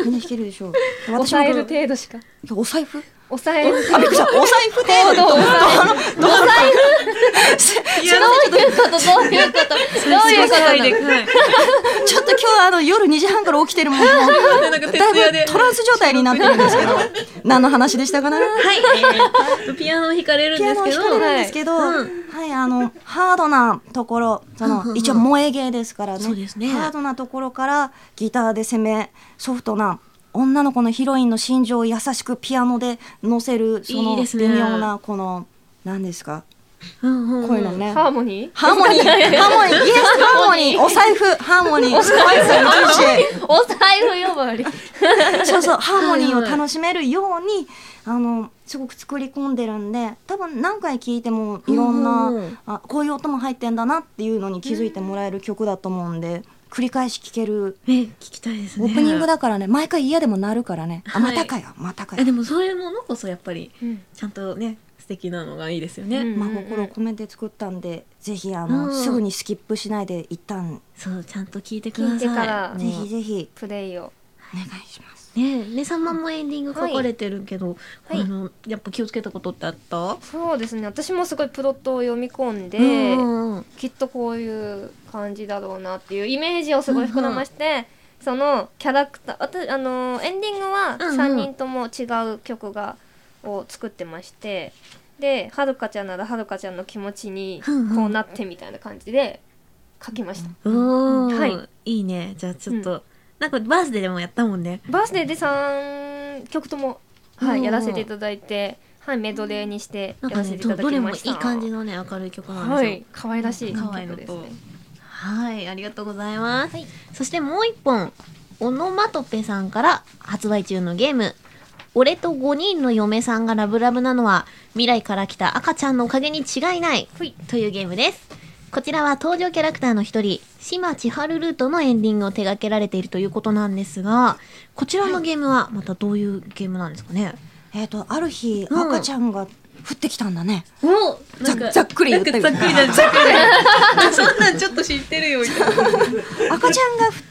Speaker 3: みんな弾けるでしょう私も
Speaker 2: 抑える程度しか。
Speaker 3: お財布
Speaker 2: 抑える。
Speaker 3: あびっくりしたお財布で
Speaker 2: どう抑
Speaker 1: いや
Speaker 2: える。どういうことどういうことどういうこと
Speaker 1: そういうこと
Speaker 2: なの
Speaker 1: ではい
Speaker 3: ちょょっと今日はあの夜2時半から起きてるもんもう
Speaker 1: なんか徹
Speaker 3: だ
Speaker 1: 夜
Speaker 3: い
Speaker 1: で
Speaker 3: ぶトランス状態になってるんです けど何の話でしたかな
Speaker 1: はい、えーピアノを弾かれるん
Speaker 3: ピ
Speaker 1: で
Speaker 3: ア
Speaker 1: す
Speaker 3: ノを
Speaker 1: け
Speaker 3: 弾
Speaker 1: ど
Speaker 3: かれるんですけど、
Speaker 1: う
Speaker 3: はい、あの、ハードなところ、そ
Speaker 1: うんうんう
Speaker 3: の、
Speaker 1: ん
Speaker 3: 一応萌え芸ですからね。
Speaker 1: そうですね
Speaker 3: ハードなところから、ギターで攻め、ソフトな、女の子のヒロインの心情を優しくピアノで乗せる、そ
Speaker 1: いい
Speaker 3: の、
Speaker 1: ですね
Speaker 3: 微妙な、この、何ですか、
Speaker 1: うんうんうん
Speaker 3: こういうのね。
Speaker 2: ハーモニー
Speaker 3: ハーモニー、ハーモニー、イエス、ハーモニー、お財布、ハーモニー、お財布、ジュ
Speaker 2: お財布呼ばわ り。
Speaker 3: そうそう、ハーモニーを楽しめるように、あの、すごく作り込んでるんで、多分何回聴いてもいろん
Speaker 1: うんうんうん
Speaker 3: な、あ、こういう音も入ってんだなっていうのに気づいてもらえる曲だと思うんで、繰り返し聴ける。
Speaker 1: ね聞きたいですね
Speaker 3: オープニングだからね、毎回嫌でもなるからね。あ、
Speaker 1: は
Speaker 3: ま
Speaker 1: い
Speaker 3: たかよ、またか
Speaker 1: え
Speaker 3: よ
Speaker 1: で。もそういうものこそやっぱり
Speaker 2: うん
Speaker 1: ちゃんとね素敵なのがいいですよね、
Speaker 2: うん
Speaker 3: まあ、心を込めて作ったんで、ぜひ、あ
Speaker 1: う
Speaker 3: の、
Speaker 1: ん
Speaker 3: すぐにスキップしないで、一旦、
Speaker 1: そうちゃんと聞いてくださ
Speaker 2: 聞
Speaker 1: い
Speaker 2: いてから
Speaker 3: ぜひぜひ、
Speaker 2: プレイを。
Speaker 3: お願いします。
Speaker 1: ねねさんまもエンディング書かれてるけど、
Speaker 2: はい
Speaker 1: あのやっぱ気をつけたことってあった、
Speaker 2: そうですね。私もすごいプロットを読み込んで、
Speaker 1: うんうん
Speaker 2: きっとこういう感じだろうなっていうイメージをすごい膨らまして、そのキャラクター私あのーエンディングは
Speaker 1: うんうん
Speaker 2: 3人とも違う曲が、を作ってましてではるかちゃんならはるかちゃんの気持ちに
Speaker 1: うんうん
Speaker 2: こうなってみたいな感じで書きました、
Speaker 1: おー
Speaker 2: はい
Speaker 1: いいねじゃあちょっと、なんかバースデーでもやったもんね
Speaker 2: バースデーで3曲とも、は
Speaker 1: うん
Speaker 2: い、やらせていただいて、はい、メドレーにして
Speaker 1: な
Speaker 2: や
Speaker 1: んから
Speaker 2: せ
Speaker 1: ね
Speaker 2: てい
Speaker 1: ど
Speaker 2: ただ
Speaker 1: ど
Speaker 2: き
Speaker 1: れも
Speaker 2: ま
Speaker 1: い
Speaker 2: した
Speaker 1: い感じのね明るい曲なんですよ、
Speaker 2: はい可愛らしい
Speaker 1: 可愛いの
Speaker 2: 曲ですね
Speaker 1: とはい、ありがとうございます。
Speaker 2: はい
Speaker 1: そしてもう一本、オノマトペさんから発売中のゲーム、俺と5人の嫁さんがラブラブなのは未来から来た赤ちゃんのおかげに違いない
Speaker 2: ほい
Speaker 1: というゲームです。こちらは登場キャラクターの一人、島千春ルートのエンディングを手掛けられているということなんですが、こちらのゲームはまたどういうゲームなんですかね、
Speaker 3: えっと、ある日、
Speaker 1: うん
Speaker 3: 赤ちゃんが降ってきたんだね。
Speaker 1: お
Speaker 3: ざざっくり言ったよ
Speaker 1: ざっくりだ、ざっくりだ。そんなんちょっと知ってるよ、みたいな。
Speaker 3: 赤ちゃんが降っ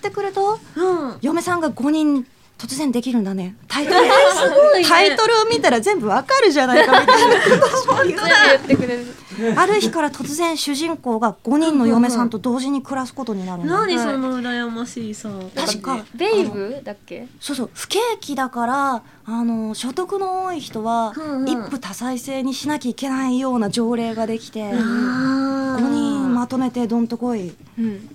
Speaker 3: てくると、
Speaker 1: うん。
Speaker 3: 嫁さんが5人突然できるんだねタイトル、
Speaker 1: すごいね
Speaker 3: タイトルを見たら全部わかるじゃないかみたい
Speaker 2: 全部言ってくれる
Speaker 3: なある日から突然主人公が5人の嫁さんと同時に暮らすことになるんだ
Speaker 1: 何その羨ましいさ、
Speaker 3: 確か
Speaker 2: ベイブだっけ
Speaker 3: そうそう不景気だからあの所得の多い人は
Speaker 1: うんうん
Speaker 3: 一夫多妻制にしなきゃいけないような条例ができて5
Speaker 1: あー
Speaker 3: 人まとめてどんとこい
Speaker 2: うん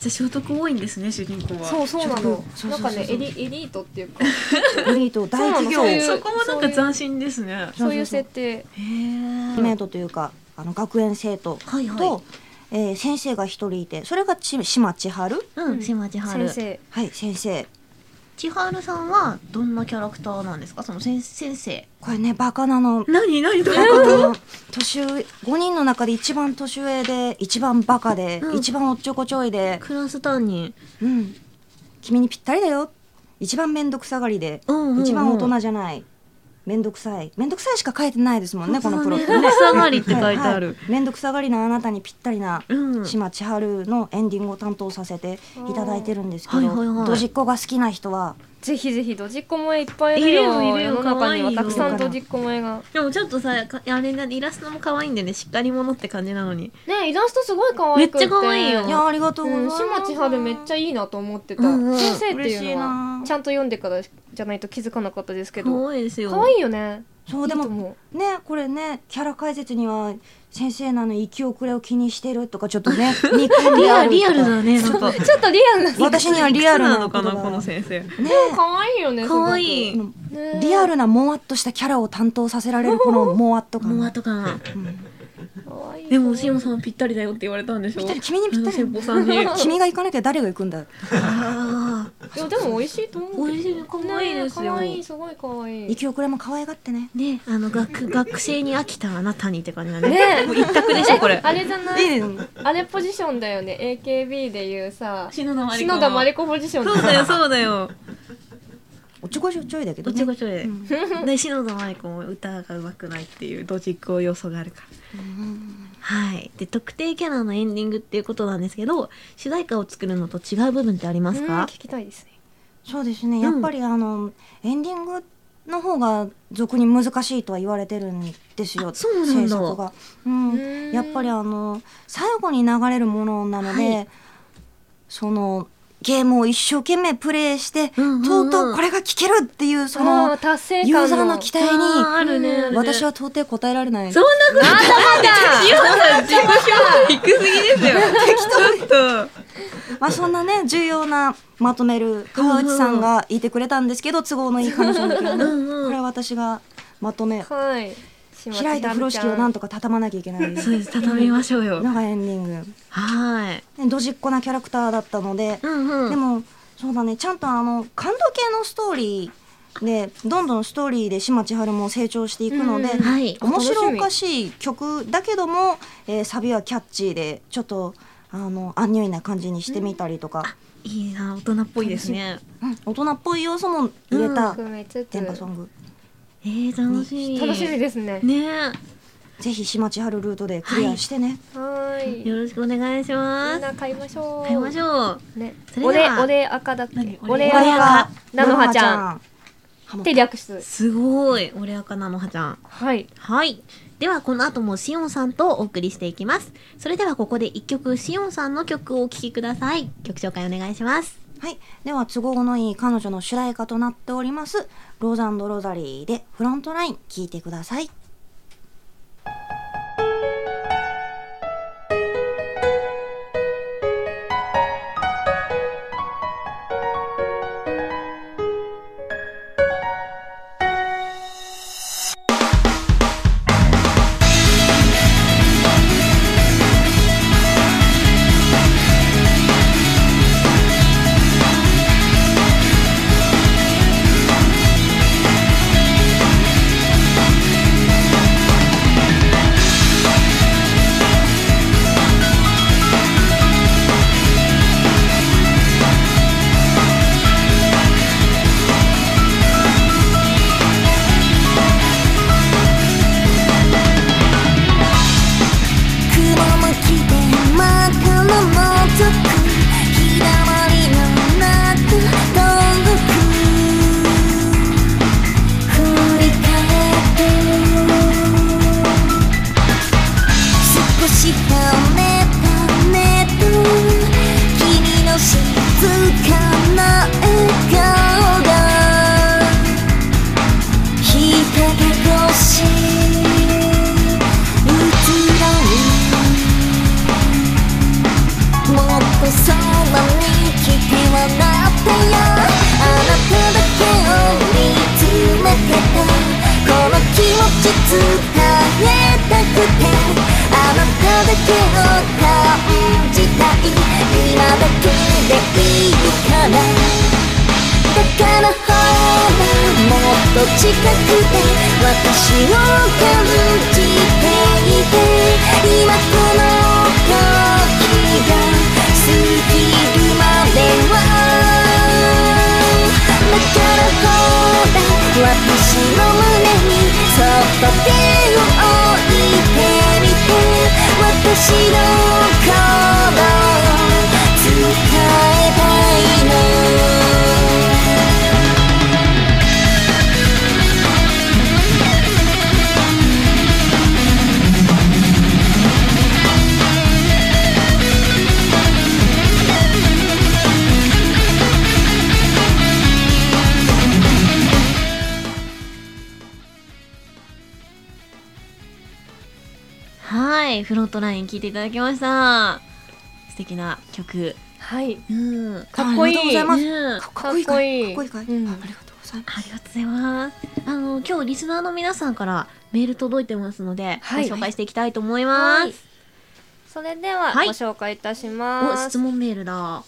Speaker 1: じゃあ所得多いんですね主人公は
Speaker 2: そうそうなの
Speaker 3: そうそうそうそう
Speaker 2: なんかねエリエリートっていうか
Speaker 3: エリート大企業
Speaker 2: そうなのそういう
Speaker 1: そこもなんか斬新ですね
Speaker 2: そういう設定
Speaker 1: へえ
Speaker 3: メイトというかあの学園生徒と、
Speaker 1: はいはい
Speaker 3: えー先生が一人いてそれがち島千春
Speaker 1: うん島千春
Speaker 2: 先生
Speaker 3: はい先生
Speaker 1: 千春さんはどんなキャラクターなんですかその先先生
Speaker 3: これねバカなの
Speaker 1: 何何どう
Speaker 3: バカなの年上5人の中で一番年上で一番バカで、
Speaker 1: うん
Speaker 3: 一番おっちょこちょいで、
Speaker 1: クラス担任
Speaker 3: うん、君にぴったりだよ一番面倒くさがりで、
Speaker 1: うんうんうん
Speaker 3: 一番大人じゃない面倒くさい面倒くさいしか書いてないですもんねこのプロット
Speaker 1: めんど
Speaker 3: ね
Speaker 1: くさがりって書いてあ
Speaker 3: は
Speaker 1: る
Speaker 3: いはい面倒くさがりなあなたにぴったりな
Speaker 1: うん
Speaker 3: 島千春のエンディングを担当させていただいてるんですけ
Speaker 1: は
Speaker 3: ど
Speaker 1: いはいはい
Speaker 3: ドジっ子が好きな人は
Speaker 2: ぜひぜひドジっ子萌えいっぱいいる
Speaker 1: いるよ
Speaker 2: よ
Speaker 1: いるよ
Speaker 2: 世の中には
Speaker 1: 可愛いよ
Speaker 2: たくさんドジっ子萌えが
Speaker 1: でもちょっとさかあれだイラストも可愛いんでねしっかり者って感じなのに
Speaker 2: ねイラストすごい可愛く
Speaker 1: め
Speaker 2: て
Speaker 1: っちゃ可愛いよ
Speaker 3: いやありがとう
Speaker 2: う
Speaker 3: ござい
Speaker 2: ん、
Speaker 3: ます、
Speaker 2: 島千春めっちゃいいなと思ってた、
Speaker 1: うんうん
Speaker 2: 先生っていうの
Speaker 3: 嬉しいな
Speaker 2: はちゃんと読んでからじゃないと気づかなかったですけ
Speaker 1: 可
Speaker 2: ど
Speaker 1: 愛いですよ
Speaker 2: 可愛いよね
Speaker 3: そうでも
Speaker 2: いいと思
Speaker 3: ねこれねキャラ解説には先生なのに生き遅れを気にしてるとかちょっと ね憎ん
Speaker 1: リ
Speaker 3: で
Speaker 1: ア
Speaker 3: あ
Speaker 1: ル
Speaker 3: る
Speaker 1: リアル
Speaker 3: とか
Speaker 1: だねなんか
Speaker 2: うちょっとリアルな
Speaker 3: 私にはリアルなことだ
Speaker 1: 先生
Speaker 3: ね
Speaker 2: 可愛いよね
Speaker 1: 可愛い
Speaker 2: い
Speaker 3: リアルなもわっとしたキャラを担当させられるこのもわっと感
Speaker 1: もうあとかな
Speaker 2: 可愛い
Speaker 1: でもシモさんぴったりだよって言われたんでしょ
Speaker 3: ぴったり君にぴったり
Speaker 1: あの先方さんに
Speaker 3: 君が行かなきゃ誰が行くんだ
Speaker 1: あ
Speaker 2: いやでも美味しいと思うけど
Speaker 1: 美味しい可愛いですよ
Speaker 2: ね可愛いすごい可愛い
Speaker 3: 生き遅れも可愛がってね
Speaker 1: ーねあの学学生に飽きたあなたにって感じだね
Speaker 2: ね
Speaker 1: もう一択でしょこれ
Speaker 2: あれじゃないい
Speaker 3: いね
Speaker 2: あれポジションだよね AKB でいうさ
Speaker 1: 篠田麻里子
Speaker 2: 篠田麻里子ポジション
Speaker 1: そうだよそうだよ
Speaker 3: おっちょこちょちょいだけど
Speaker 1: おっ
Speaker 3: ね
Speaker 1: ちょこちょい で篠田麻里子も歌が上手くないっていうドジックを要素があるからはいで特定キャラのエンディングっていうことなんですけど主題歌を作るのと違う部分ってありま
Speaker 2: う
Speaker 1: す
Speaker 2: ん
Speaker 1: か
Speaker 2: 聞きたいですね
Speaker 3: そうですねやっぱりあのエンディングの方が俗に難しいとは言われてるんですよ
Speaker 1: あそうなんだ
Speaker 3: 制作が、うん
Speaker 2: うん
Speaker 3: やっぱりあの最後に流れるものなので、
Speaker 1: はい
Speaker 3: そのゲームを一生懸命プレイして、
Speaker 1: うんうんうん
Speaker 3: とうとうこれが聴けるっていうその
Speaker 2: あー達成感の
Speaker 3: ユーザーの期待に
Speaker 1: あーあるねあるね
Speaker 3: 私は到底応えられない
Speaker 1: そんなこと
Speaker 2: まだ
Speaker 1: しおさん自己評価低すぎですよ適当と
Speaker 3: まあそんなね重要なまとめる川内さんがいてくれたんですけど都合のいい彼女の件
Speaker 1: うんうん
Speaker 3: これは私がまとめ
Speaker 2: はい。
Speaker 3: 開いた風呂敷をなんとか畳まなきゃいけな い
Speaker 1: そうです畳みましょうよ
Speaker 3: のがエンディング
Speaker 1: はい
Speaker 3: でドジっ子なキャラクターだったので、
Speaker 1: ん
Speaker 3: でもそうだねちゃんとあの感動系のストーリーでどんどんストーリーで島千春も成長していくので、
Speaker 2: うん
Speaker 1: はい
Speaker 3: 面白おかしい曲だけども、えーサビはキャッチーでちょっとあのアンニュイな感じにしてみたりとか、
Speaker 1: いいな大人っぽいですね
Speaker 3: うん大人っぽい要素も入れた
Speaker 2: 含めつつ
Speaker 3: 電波ソング、
Speaker 1: えー、楽しみ
Speaker 2: 楽しみですね。
Speaker 1: ね
Speaker 3: ぜひ島千春ルートでクリアしてね、
Speaker 2: はー
Speaker 1: え
Speaker 2: い。
Speaker 1: よろしくお願いし
Speaker 2: み
Speaker 1: ま
Speaker 2: ん
Speaker 1: す
Speaker 2: な買いましょう。
Speaker 1: 買いまし
Speaker 2: ょ
Speaker 1: ょう
Speaker 2: う。ね。
Speaker 1: そ
Speaker 2: お
Speaker 1: れで
Speaker 2: で
Speaker 1: は
Speaker 2: おで赤だっけ
Speaker 1: 何。
Speaker 2: おで
Speaker 1: オレ
Speaker 2: 赤
Speaker 1: ア
Speaker 2: なのはちゃんっ
Speaker 3: んハモ
Speaker 2: て略す。
Speaker 1: すごい俺やかなのはちゃん
Speaker 2: はい。
Speaker 1: はいではこの後もしおんさんとお送りしていきますそれではここで一曲しおんさんの曲をお聴きください曲紹介お願いします
Speaker 3: はい。では、都合のいい彼女の主題歌となっております、ローザンド・ロザリーでフロントライン聴いてください。
Speaker 4: 雲も来て真っ赤な覗く日だまりの中遠く振り返って少しはめた目と君の静かな笑顔が日陰越し映らうもっと空に来て笑ってよあなただけを見つめてたこの気持ち伝えたくてあなただけを感じたい今だけでいいからだからほらもっと近くで私を感じていて今この時が過ぎるまではだからほら私の胸にそっと手を置いてみて私の心を使えばいいの
Speaker 1: はいフロントライン聴いていただきました素敵な曲
Speaker 2: はい。
Speaker 1: うん
Speaker 2: かっこいい。
Speaker 3: ありがとうございま
Speaker 1: ね
Speaker 3: す。
Speaker 1: え
Speaker 3: かっこいいかい。
Speaker 2: か
Speaker 3: か
Speaker 2: っこ
Speaker 3: っこ
Speaker 2: い
Speaker 3: い
Speaker 2: い
Speaker 3: い
Speaker 2: うん
Speaker 3: かい。あありがとうございます。
Speaker 1: ありがとうございます。あの、今日リスナーの皆さんからメール届いてますので、
Speaker 2: はい
Speaker 1: ご紹介していきたいと思い
Speaker 2: は
Speaker 1: ま
Speaker 2: い
Speaker 1: す。。
Speaker 2: それではご
Speaker 1: はい
Speaker 2: 紹介いたし
Speaker 1: お、
Speaker 2: ま
Speaker 1: 質
Speaker 2: す。
Speaker 1: 問メールだ。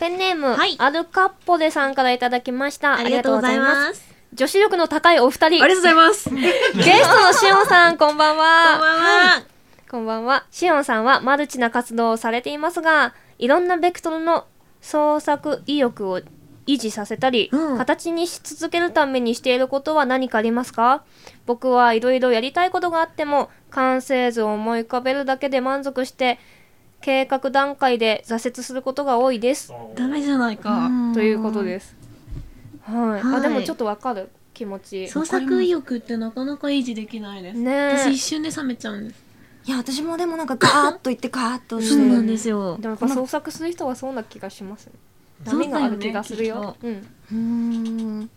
Speaker 2: ペンネーム、
Speaker 1: はい
Speaker 2: アルカッポデさんからいただきました。
Speaker 1: ありがとうござい
Speaker 2: ありがとうございま。
Speaker 1: ますす。
Speaker 2: 女子力の高いお二人。
Speaker 1: とうございます。こんばん
Speaker 2: ゲストのしおんさん、こんばんは。
Speaker 1: は。
Speaker 2: こんばんは。シオンさんはマルチな活動をされていますが、いろんなベクトルの創作意欲を維持させたり、
Speaker 1: うん
Speaker 2: 形にし続けるためにしていることは何かありますか僕はいろいろやりたいことがあっても、完成図を思い浮かべるだけで満足して、計画段階で挫折することが多いです。
Speaker 1: ダメじゃないか。
Speaker 2: ということです。はい。
Speaker 1: は
Speaker 2: あ、
Speaker 1: い
Speaker 2: でもちょっとわかる気持ち。
Speaker 1: 創作意欲ってなかなか維持できないです。
Speaker 2: ねえ
Speaker 1: 私一瞬で冷めちゃうんです。
Speaker 3: いや、私もでもなんかガーッといってガーッとして。
Speaker 1: そうなんですよ
Speaker 2: で。もやっぱ創作する人はそうな気がしますね。波がある気がするよ。うん
Speaker 3: うーん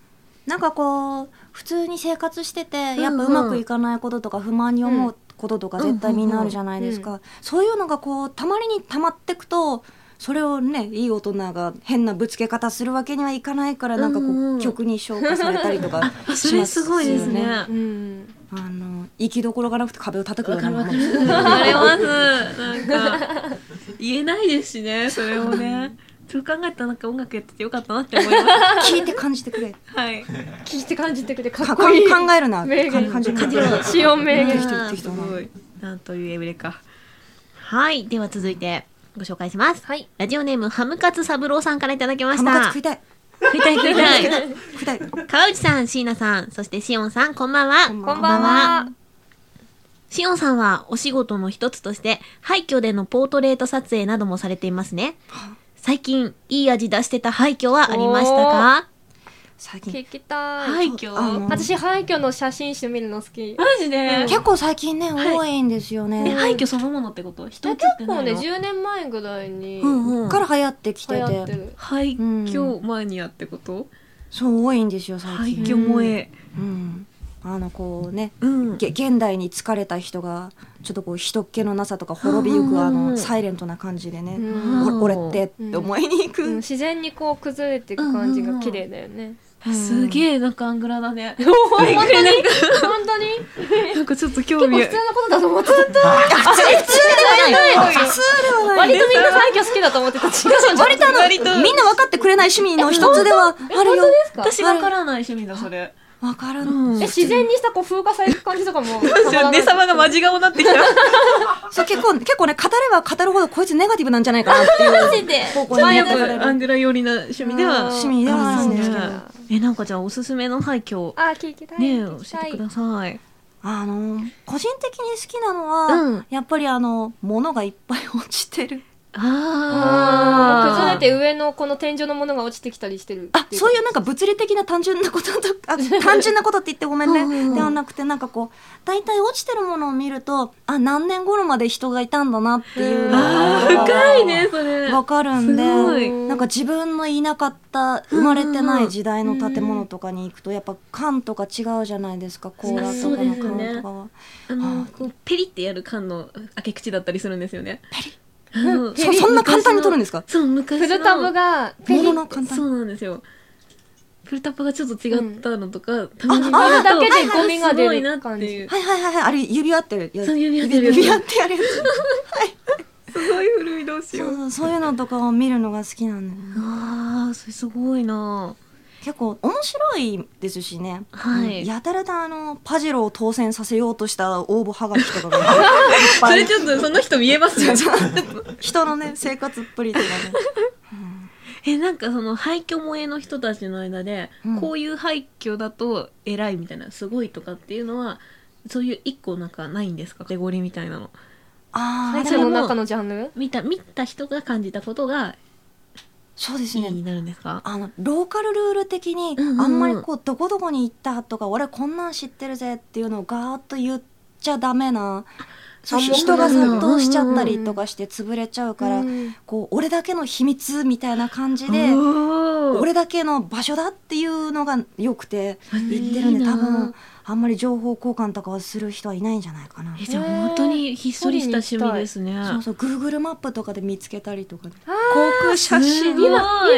Speaker 3: なんかこう普通に生活してて
Speaker 1: ん
Speaker 3: やっぱうまくいかないこととか不満に思うこととか絶対みんなあるじゃないですか、そういうのがこうたまりにたまってくとそれをねいい大人が変なぶつけ方するわけにはいかないからなんかこう、
Speaker 1: うんうん
Speaker 3: 曲に消化されたりとか
Speaker 1: それすごいですね
Speaker 3: しまよ
Speaker 1: わ
Speaker 2: う
Speaker 1: か
Speaker 2: ん。
Speaker 3: あの行きどころがなくて壁を叩くようなもんです
Speaker 1: 言われますなんか言えないですし ねそれをねそう考えたらなんか音楽やっててよかったなって思います
Speaker 3: 聞いて感じてくれ
Speaker 1: はい
Speaker 2: 聞いて感じてくれか
Speaker 3: か
Speaker 2: っこいい。
Speaker 3: 考えるな
Speaker 2: 名言
Speaker 3: 感じるな
Speaker 1: 感じろ
Speaker 2: 使用名言。
Speaker 3: あー
Speaker 1: すごいなんというエブレかはいでは続いてご紹介します
Speaker 2: はい。
Speaker 1: ラジオネームハムカツ三郎さんからいただきまし
Speaker 3: ハムカ
Speaker 1: た
Speaker 3: ツ食いたい
Speaker 1: 食いたい食いたい
Speaker 3: 食いたい
Speaker 1: 川内さん椎名さんそしてしおんさんこんばんは
Speaker 3: こんば
Speaker 2: こんばんは。
Speaker 1: しおんさんはお仕事の一つとして廃墟でのポートレート撮影などもされていますね最近いい味出してた廃墟はありましたか
Speaker 3: 最近
Speaker 2: 聞きたい。
Speaker 1: 廃墟
Speaker 3: あの
Speaker 2: 私廃墟の写真集見るの好き。
Speaker 1: マジで
Speaker 3: 結構最近ね、
Speaker 1: はい
Speaker 3: 多いんですよ
Speaker 1: え
Speaker 3: ね。
Speaker 1: 廃墟そのものってこと人写って
Speaker 2: 結
Speaker 1: な
Speaker 2: 構
Speaker 1: い
Speaker 2: ね
Speaker 1: の
Speaker 2: 10年前ぐらいに
Speaker 1: う
Speaker 2: 流
Speaker 1: んうん
Speaker 3: から流行ってきて
Speaker 2: 行って
Speaker 3: て、
Speaker 2: る。
Speaker 1: 廃
Speaker 3: う
Speaker 1: 墟マニアってこと
Speaker 3: そう多いんですよ最
Speaker 1: 廃
Speaker 3: 近。
Speaker 1: 墟萌え
Speaker 3: うん、あのこうね、
Speaker 1: うん
Speaker 3: げ現代に疲れた人がちょっとこう人っ気のなさとか滅びゆくあ
Speaker 1: うんうんうん
Speaker 3: のサイレントな感じでね、
Speaker 2: うん
Speaker 1: うん
Speaker 3: お俺ってって思いに行
Speaker 2: うん
Speaker 3: く。
Speaker 2: 自然にこう崩れていく感じが綺麗だよね。
Speaker 1: すげえなんかアングラだね
Speaker 2: 本当に
Speaker 1: なんか
Speaker 2: 本当に
Speaker 1: なんかちょっと
Speaker 2: 結
Speaker 1: 興
Speaker 2: 構
Speaker 1: 味
Speaker 2: 普通のことだと思ってた。
Speaker 3: 普通ではない。
Speaker 2: 割とみんな廃墟好きだと思ってた。違う。
Speaker 3: 割とあの
Speaker 1: 割と
Speaker 3: みんな分かってくれない趣味の一つではあるよ。
Speaker 1: 私わからない趣味だそれ
Speaker 3: 分から
Speaker 1: うん
Speaker 3: ん。
Speaker 2: え自然にしたこう風化される感じ とかも。
Speaker 1: 姉様がマジ顔になってきた
Speaker 3: そう結構結構ね語れば語るほどこいつネガティブなんじゃないかなっていう方向に
Speaker 1: まあ
Speaker 3: 持
Speaker 1: よ
Speaker 3: ってかれ
Speaker 1: くア
Speaker 3: る。
Speaker 1: ングラ寄りな趣味では
Speaker 3: 趣味ではあるんですけど
Speaker 1: あるんですけどえなんかじゃあおすすめの廃墟
Speaker 2: あ聞きたい。
Speaker 1: ねえ教
Speaker 2: 聞きた
Speaker 1: え
Speaker 2: い
Speaker 1: てください
Speaker 3: あの個人的に好きなのは、
Speaker 1: うん
Speaker 3: やっぱりあの物がいっぱい落ちてる
Speaker 1: あ
Speaker 2: 崩れ
Speaker 1: れ
Speaker 2: て上のこの天井のものが落ちてきたりしてる
Speaker 3: あそういううなんか物理的な単純なこととあ単純なことって言ってごめん
Speaker 1: うんうんう
Speaker 3: ね
Speaker 1: ん
Speaker 3: ではなくてなんかこう大体落ちてるものを見るとあ何年頃まで人がいたんだなっていうの
Speaker 1: あー
Speaker 3: が
Speaker 1: 深いねそれ
Speaker 3: わかるんです
Speaker 1: ごい
Speaker 3: なんか自分のいなかった生まれてない時代の建物とかに行くとやっぱ缶とか違うじゃないですかコーラとかの
Speaker 1: そうです
Speaker 3: 缶
Speaker 1: ね
Speaker 3: とかは
Speaker 1: あのこうペリってやる缶の開け口だったりするんですよねペリ
Speaker 3: そそんな簡単に取るんですか
Speaker 1: そう昔の
Speaker 2: フルタブがペリ
Speaker 3: 物
Speaker 2: ッ
Speaker 3: の簡単
Speaker 1: そうなんですよフルタップがちょっと違ったのとか、た
Speaker 3: あ
Speaker 1: る
Speaker 3: あるだ
Speaker 2: けでゴミが出る
Speaker 1: なって いう
Speaker 3: はいはいはいはいあれ指輪ってや
Speaker 1: そう指輪ってやるやつ
Speaker 3: 指輪ってやるやつ
Speaker 1: すごい古いどうし
Speaker 3: そ
Speaker 1: よ
Speaker 3: う
Speaker 1: う
Speaker 3: そうそういうのとかを見るのが好きなんで
Speaker 1: ああそれすごいな
Speaker 3: 結構面白いですしね、
Speaker 1: はい
Speaker 3: うんやたらとあのパジェロを当選させようとした応募はがきとかがい っ
Speaker 1: そ
Speaker 3: ぱ
Speaker 1: れ
Speaker 3: い
Speaker 1: ちょっとその人見えますね
Speaker 3: 人のね生活っぷりとかね
Speaker 1: えなんかその廃墟萌えの人たちの間で、
Speaker 3: うん
Speaker 1: こういう廃墟だと偉いみたいなすごいとかっていうのはそういう一個なんかないんですかカテゴリーみたいなの
Speaker 3: ああ
Speaker 1: 最
Speaker 2: そ
Speaker 1: 初
Speaker 3: で
Speaker 2: の
Speaker 3: も
Speaker 2: 中のジャンル
Speaker 1: 見た見た人が感じたことが
Speaker 3: そうです
Speaker 1: いい
Speaker 3: ね
Speaker 1: になるんですか
Speaker 3: あのローカルルール的に、
Speaker 1: うんうんうん
Speaker 3: あんまりこうどこどこに行ったとか俺こんなん知ってるぜっていうのをガーッと言っちゃダメなそう
Speaker 2: あもう
Speaker 3: 人が殺到しちゃった
Speaker 2: うんうんう
Speaker 3: り
Speaker 2: ん
Speaker 3: とかして潰れちゃうから、
Speaker 2: うん
Speaker 3: こう俺だけの秘密みたいな感じで。
Speaker 1: おー
Speaker 3: 俺だけの場所だっていうのが良くて言ってるん
Speaker 1: いい
Speaker 3: で
Speaker 1: な
Speaker 3: 多分あんまり情報交換とかはする人はいないんじゃないかな
Speaker 1: え。じゃあ本当にひっそりした趣味ですね
Speaker 3: そうそう Google マップとかで見つけたりとかね
Speaker 2: あー
Speaker 3: 航空写真
Speaker 1: すごい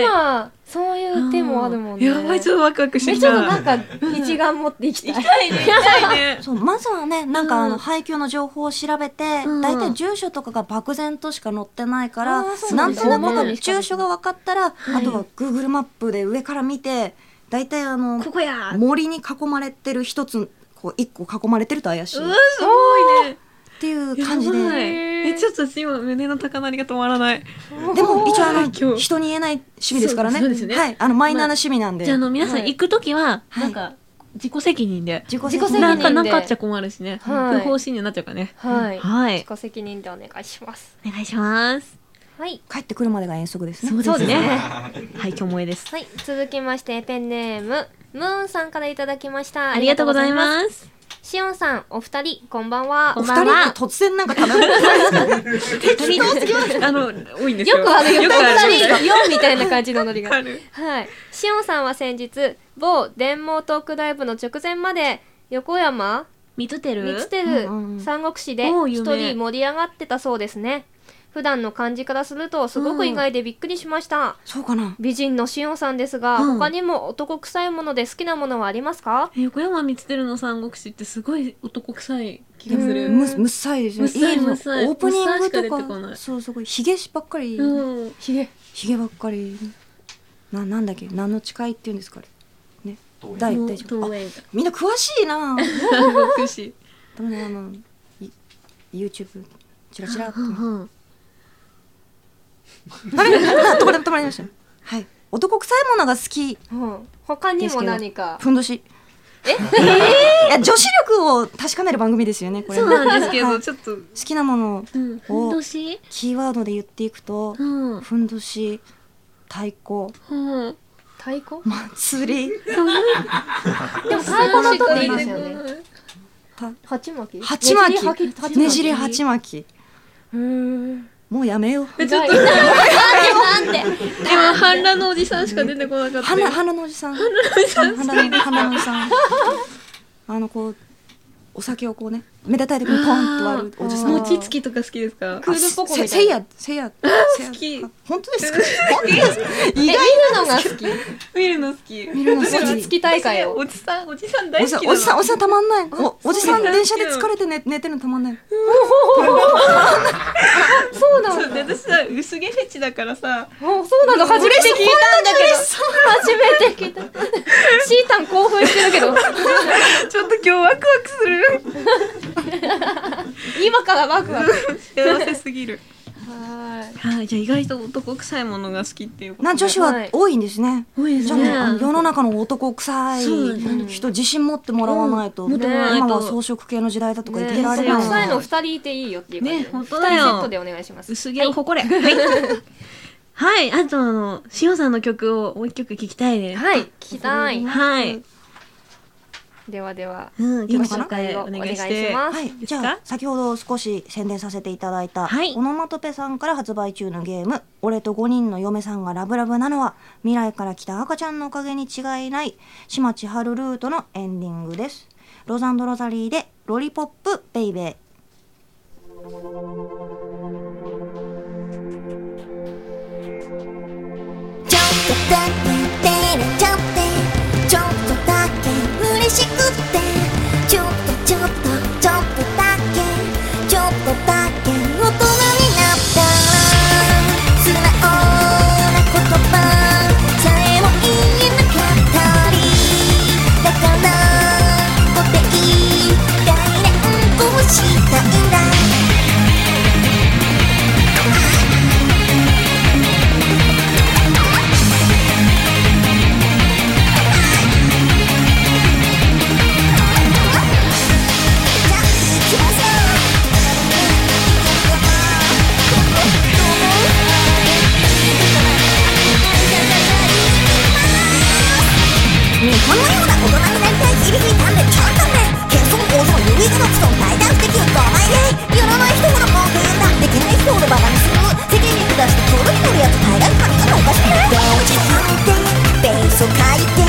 Speaker 2: 今そういう手もあるもんね
Speaker 1: やばいちょっとワクワクして
Speaker 2: え
Speaker 1: き
Speaker 2: ちょ
Speaker 1: た
Speaker 2: っとなんか一眼持って いきたい
Speaker 1: 痛い ね
Speaker 3: そうまずはねなんかあ
Speaker 1: う
Speaker 3: の
Speaker 1: ん
Speaker 3: 廃墟の情報を調べて、
Speaker 1: うん
Speaker 3: 大体住所とかが漠然としか載ってないか
Speaker 2: あ
Speaker 3: ら、
Speaker 2: ーそうな
Speaker 3: なんん
Speaker 2: だ
Speaker 3: となく
Speaker 2: そうな
Speaker 3: の
Speaker 2: んだ
Speaker 3: 住所が分かったら、
Speaker 1: はい
Speaker 3: あとは Google マップで上から見て大体あの
Speaker 1: ここやうわ
Speaker 3: 森に囲まれてる一つこう一個囲まれてると怪しいっ
Speaker 1: すごいね
Speaker 3: ていう感じ
Speaker 1: やばい
Speaker 3: で。
Speaker 1: えちょっと今胸の高鳴りが止まらない
Speaker 3: でも一応あ
Speaker 1: 今
Speaker 3: の
Speaker 1: 日
Speaker 3: 人に言えない趣味ですからね。
Speaker 1: そうですよね
Speaker 3: はい、あのマイナーな趣味なんで。
Speaker 1: じゃああの皆さん
Speaker 2: はい
Speaker 1: 行く時は
Speaker 3: はい
Speaker 1: なんか自己責任で
Speaker 3: 自己
Speaker 2: 自己責任で
Speaker 1: なんかなんかあっちゃ困るしね不
Speaker 2: はい
Speaker 1: 法侵入になっちゃうからね
Speaker 2: はい
Speaker 1: はい
Speaker 2: 自己責任でお願いします
Speaker 1: お願いします
Speaker 2: はい
Speaker 3: 帰ってくるまでが遠足ですね。
Speaker 1: そうですねはい今日萌えです
Speaker 2: はい続きましてペンネームムーンさんからいただきました
Speaker 1: ありがとうござい
Speaker 2: す
Speaker 1: ます
Speaker 2: しおんさんお二人こんばんは
Speaker 1: こ
Speaker 3: お
Speaker 1: ん
Speaker 3: 二
Speaker 1: ばんは
Speaker 3: 人って突然なんか食べ物
Speaker 1: 適当すぎます。あの、多いんですよ。
Speaker 2: よくあるよ
Speaker 1: よ
Speaker 2: く
Speaker 1: くあ
Speaker 2: あ
Speaker 1: る。
Speaker 2: るよみたいな感じのノリが
Speaker 1: ある
Speaker 2: はい、しおんさんは先日某電網トークライブの直前まで横山
Speaker 1: 水て
Speaker 2: 三つ
Speaker 1: る
Speaker 2: てる三国志で
Speaker 1: おう
Speaker 2: 一
Speaker 1: 有名
Speaker 2: 人盛り上がってたそうですね普段の感じからするとすごく意外でびっくりしました、
Speaker 3: そうかな
Speaker 2: 美人のしおんさんですが、
Speaker 1: うん
Speaker 2: 他にも男臭いもので好きなものはありますか
Speaker 1: 横山光輝の三国志ってすごい男臭い気がす
Speaker 2: う
Speaker 1: る。
Speaker 2: ん
Speaker 3: むむっさいでしょ
Speaker 1: むっさい
Speaker 3: いいの
Speaker 1: むっさい
Speaker 3: オープニン
Speaker 1: む
Speaker 3: グ
Speaker 1: っさいしか出
Speaker 3: と
Speaker 1: てこな
Speaker 3: か
Speaker 1: い
Speaker 3: そうすごいひげばっかり
Speaker 1: うん。
Speaker 2: ひげ
Speaker 3: ひげばっかりななんだっけ何の誓いっていうんですかねね大
Speaker 1: もう
Speaker 3: 大丈夫
Speaker 1: 遠
Speaker 3: あ
Speaker 1: い
Speaker 3: みんな詳しいな
Speaker 1: 三国志。
Speaker 3: でもねあのい YouTube チラチラっと
Speaker 1: うん
Speaker 3: あれあ止まり止まりましたよはい男臭いものが好き
Speaker 2: うん他にも何か
Speaker 3: ふんどしえいや女子力を確かめる番組ですよねこれ
Speaker 1: そうなんですけ
Speaker 3: は
Speaker 1: ど、
Speaker 3: い好
Speaker 1: ちょっと。
Speaker 3: きなものを
Speaker 1: うん。ふんどし
Speaker 3: キーワードで言っていくと
Speaker 1: うん。
Speaker 3: ふんどし太鼓
Speaker 1: うん。
Speaker 2: 太鼓
Speaker 3: 祭り
Speaker 2: でも太鼓の音って言いますよね
Speaker 1: ね。
Speaker 2: 鉢巻き
Speaker 3: 鉢巻
Speaker 2: ねじり
Speaker 3: き
Speaker 2: 鉢巻き
Speaker 3: ねじり鉢巻き
Speaker 2: うーん
Speaker 3: もうやめよう
Speaker 2: ちょっと
Speaker 1: 今、半裸のおじさんしか出てこなかった
Speaker 3: 花
Speaker 1: よ。
Speaker 3: 花のおじさん花のおじさん花の花のおじさんあのこうお酒をこうね目立たい時にポンと割るおじさん
Speaker 2: あー
Speaker 1: 餅つきとか好きですか
Speaker 2: クールポコみたいな
Speaker 3: せせいやせいや好
Speaker 1: き
Speaker 3: 本当ですか本当ですか意
Speaker 2: え見る
Speaker 3: 外
Speaker 2: のが好き
Speaker 1: 見るの好き。
Speaker 3: 見るの好
Speaker 2: 餅
Speaker 3: き
Speaker 2: つき大会を
Speaker 1: おじさん、おじさん
Speaker 3: お
Speaker 1: 大
Speaker 3: じさ
Speaker 1: 好
Speaker 3: ん
Speaker 1: き
Speaker 3: おじさんお
Speaker 1: ん、
Speaker 3: じさんたまんないおおじさん
Speaker 1: そう
Speaker 3: 電車で疲れて寝寝てるのたまんない
Speaker 2: そうな
Speaker 1: そう
Speaker 2: の
Speaker 1: で私さ、薄毛フェチだからさ、
Speaker 2: もうそうなの初めて聞いたんだけど初めて聞いたシータン興奮してるけど
Speaker 1: ちょっと今日ワクワクする。
Speaker 2: 今からワクワク
Speaker 1: 幸せすぎる。
Speaker 2: は
Speaker 1: はい、じゃあ意外と男臭いものが好きっていうこと
Speaker 3: な
Speaker 1: で。
Speaker 3: 女子は多いんですね
Speaker 1: 多いで
Speaker 3: じ
Speaker 1: す
Speaker 3: ゃあ
Speaker 1: ね。
Speaker 3: もう世の中の男臭い
Speaker 1: そうなん
Speaker 3: 人自信持ってもらわないと
Speaker 1: 持ってもらわないと
Speaker 3: 今は装飾系の時代だとか
Speaker 2: い
Speaker 3: 言っ
Speaker 2: ね
Speaker 3: てられ
Speaker 1: ね
Speaker 3: ない
Speaker 2: 臭いの二人いていいよっていう感じで
Speaker 1: ね本当だよ
Speaker 2: 二人セットでお願いします
Speaker 1: 薄毛を誇れ。はい。はい、あとあの、しおさんの曲をもう一曲聴きたいです。
Speaker 2: はい聞きたい
Speaker 1: はい。
Speaker 2: ではでは
Speaker 1: うん、曲
Speaker 3: いいの
Speaker 1: 紹
Speaker 3: か
Speaker 1: 介お願いして。
Speaker 2: ま
Speaker 3: はい、
Speaker 1: です
Speaker 3: じ
Speaker 1: か
Speaker 3: ゃあ先ほど少し宣伝させていただいた、
Speaker 1: はい
Speaker 3: オノマトペさんから発売中のゲーム「俺と5人の嫁さんがラブラブなのは未来から来た赤ちゃんのおかげに違いない」島千春ルートのエンディングです。ロザンド・ロザリーで「ロリポップ・ベイベー」
Speaker 4: ちょっとだけ照れちゃってちょっとだけ嬉しくってちょっとちょっとちょっとだけちょっとだけ大人になった素直な言葉さえも言えなかったりだから固定概念をしたいんだ日本のような大人になりたい日々に鍛錬ちゃったね謙遜王道優位が独尊大胆不敵の5枚でやらない人ほど文句言うんだできない人ほどバカにする世間に下して取るに取るやつ平らに髪がおかしい同時判定ベースを書いて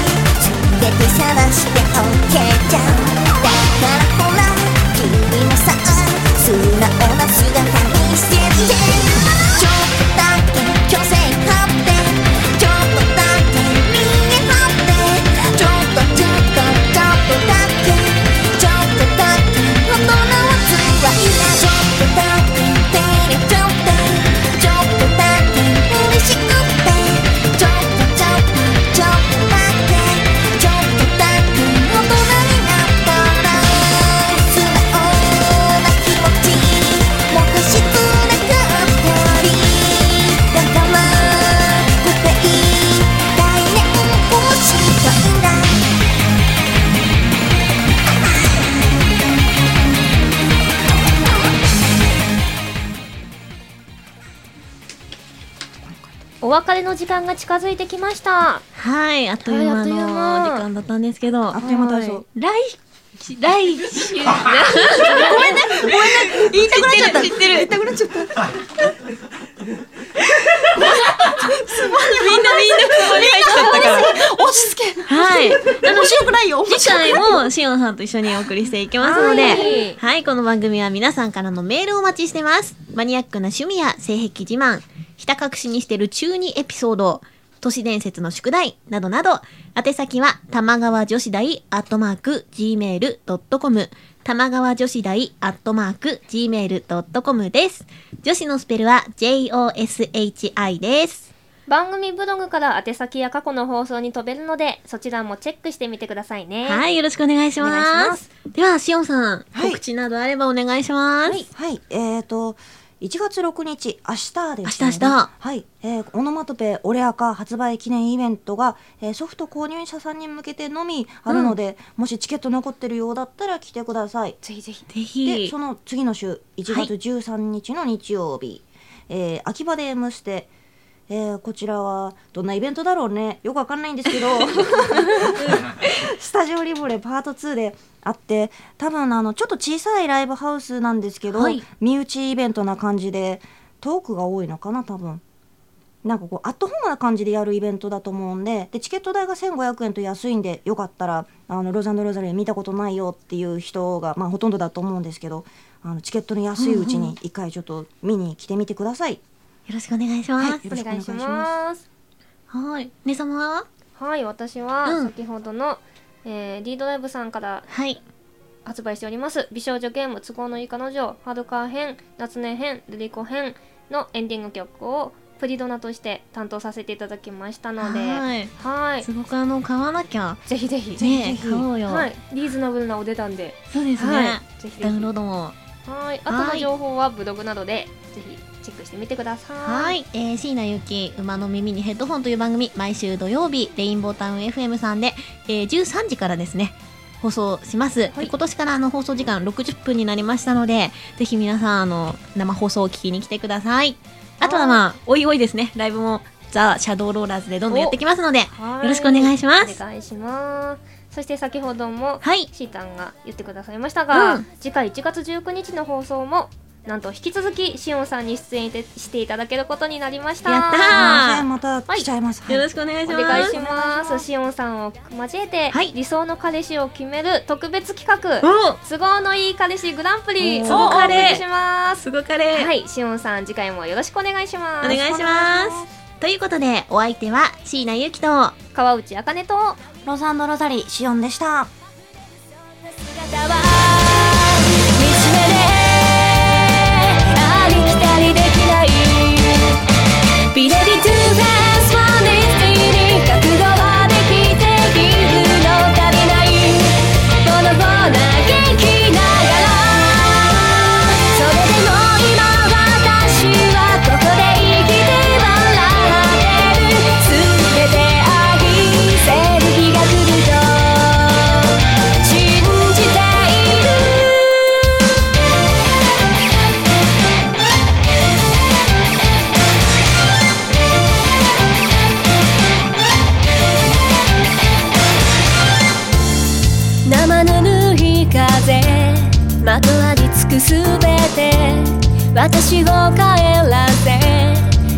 Speaker 4: 全て探して OK じゃんだからほら君もさ素直な姿にしてってちょっとだけ虚勢張ってちょっとだけ逃げ張ってちょっとちょっとちょっとだけちょっとだけ大人はつらいなちょっとだけ照れちゃってちょっとだけ嬉しくってちょっとちょっとちょっとだけちょっとだけ大人
Speaker 2: お別れの時間が近づいてきました
Speaker 1: はい、あっという間の時
Speaker 2: はいあっという間
Speaker 1: 間だったんですけど
Speaker 3: あ、っという間体操。
Speaker 1: 来、来週、
Speaker 3: 言いたくなっちゃった。
Speaker 1: 知ってる
Speaker 3: 言いたくなっちゃった。
Speaker 1: みんなみんなここに入っちゃったから。
Speaker 3: 落ち着け。
Speaker 1: はい。あの
Speaker 3: 面、白くないよ。
Speaker 1: 次回もしおんさんと一緒にお送りしていきますので、
Speaker 2: は
Speaker 1: はい
Speaker 2: い、
Speaker 1: この番組は皆さんからのメールをお待ちしてます。マニアックな趣味や性癖自慢、ひた隠しにしてる中二エピソード、都市伝説の宿題などなど、宛先は玉川女子大アットマーク gmail.com 玉川女子大アットマーク gmail.com です。女子のスペルは joshi です。
Speaker 2: 番組ブログから宛先や過去の放送に飛べるのでそちらもチェックしてみてくださいね
Speaker 1: はい、よろしくお願いし
Speaker 3: お願いし
Speaker 1: ま。
Speaker 3: ます
Speaker 1: では、しおんさん、
Speaker 3: はい
Speaker 1: 告知などあればお願いします。
Speaker 3: はい、えっ、ー、と、1月6日、明日です、
Speaker 1: 明日明日
Speaker 3: はい、えー、オノマトペオレアカ発売記念イベントが、えー、ソフト購入者さんに向けてのみあるので、もしチケット残ってるようだったら来てください。
Speaker 2: ぜひぜひ
Speaker 1: ぜ
Speaker 3: で、
Speaker 1: ひ
Speaker 3: そ。の次の週、1月13日の日曜日、えー、秋葉で M ステ、えー、こちらはどんなイベントだろうねよくわかんないんです けどスタジオリボレパート2であって多分あのちょっと小さいライブハウスなんですけど、
Speaker 1: はい
Speaker 3: 身内イベントな感じでトークが多いのかな多分なんかこうアットホームな感じでやるイベントだと思うんででチケット代が1500円と安いんでよかったらあのロザンド・ロザリー見たことないよっていう人が、まあ、ほとんどだと思うんですけどあのチケットの安いうちに一回ちょっと見に来てみてください。
Speaker 1: よろしくお願いしま
Speaker 3: は
Speaker 1: す
Speaker 3: い。
Speaker 2: お願いし
Speaker 3: よろしくお願
Speaker 2: ます
Speaker 1: はい。姉様は
Speaker 2: はい私
Speaker 1: う
Speaker 2: は
Speaker 1: ん
Speaker 2: 先ほどの、えー、D ドライブさんから
Speaker 1: はい。
Speaker 2: 発売しております美少女ゲーム都合のいい彼女ハルカー編夏音編ルリコ編のエンディング曲をプリドナとして担当させていただきましたのでは
Speaker 1: はい。
Speaker 2: い
Speaker 1: すごくあの、買わなきゃ。
Speaker 2: ぜひぜひ
Speaker 1: ね
Speaker 3: ぜひ
Speaker 1: 買おうよ。
Speaker 2: はいリーズナブルなお値段で
Speaker 1: そうです
Speaker 2: は
Speaker 1: ね。
Speaker 2: いぜひ
Speaker 1: ダ
Speaker 2: ぜ
Speaker 1: ウ
Speaker 2: ひ
Speaker 1: ンロードも。
Speaker 2: はい、あとの情報はブログなどでぜひチェックしてみてください。
Speaker 1: はい。えー、椎名ゆき、馬の耳にヘッドホンという番組、毎週土曜日、レインボータウン FM さんで、えー、13時からですね、放送します。で今年からあの、放送時間60分になりましたので、ぜひ皆さん、あの、生放送を聞きに来てください。あとはまあ、おいおいですね、ライブも、ザ・シャドーローラーズでどんどんやってきますので、
Speaker 2: はい
Speaker 1: よろしくお願いします
Speaker 2: お願いします。そして先ほども、
Speaker 1: はい。
Speaker 2: シータンが言ってくださいましたが、
Speaker 1: うん
Speaker 2: 次回1月19日の放送もなんと引き続きしおんさんに出演いてしていただけることになりました。
Speaker 1: やったー
Speaker 3: あまた来ちゃいます。
Speaker 1: よろ
Speaker 3: し
Speaker 1: しくお願いしま
Speaker 2: お
Speaker 1: す。
Speaker 2: 願いします。しおんさんを交えて、
Speaker 1: はい
Speaker 2: 理想の彼氏を決める特別企画、
Speaker 1: お
Speaker 2: 都合のいい彼氏グランプリ
Speaker 1: お
Speaker 2: を
Speaker 1: ー
Speaker 2: お送りします。
Speaker 1: すごかれ、
Speaker 2: はい、しおんさん次回もよろしくお願いします。
Speaker 1: お願いします。ということで、お相手は椎名ゆきと、
Speaker 2: 川内あかねと
Speaker 3: く。ロザンド・ロザリー、シオンでした。
Speaker 4: 姿は見つめてありきたりなできないビレビトゥーフェスワンディスティー覚悟はできているの足りないボロボロ元気ながらそれでも今私はここで生きて笑ってる全て愛せる日が来ると信じている生ぬるい風まとわりつくすべて私を帰らせ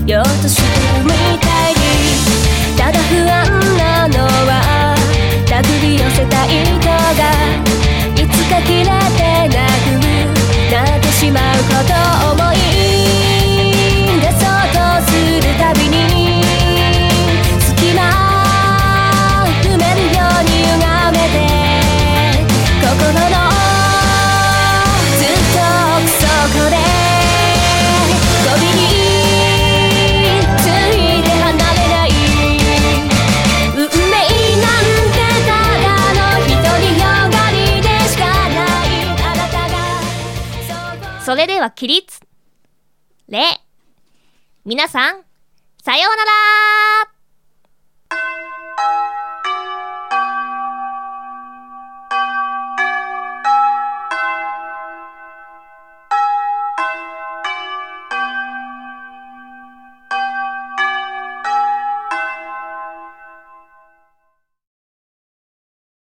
Speaker 4: ようとしてるみたいにただ不安なのは手繰り寄せた糸がいつか切れてなくなってしまうことを思い出そうとするたびに隙間埋めるように歪めて心のずっと奥底でゴミについて離れない運命なんてただの独りよがりでしかないあなたがそう
Speaker 2: それでは起立礼皆さんさようなら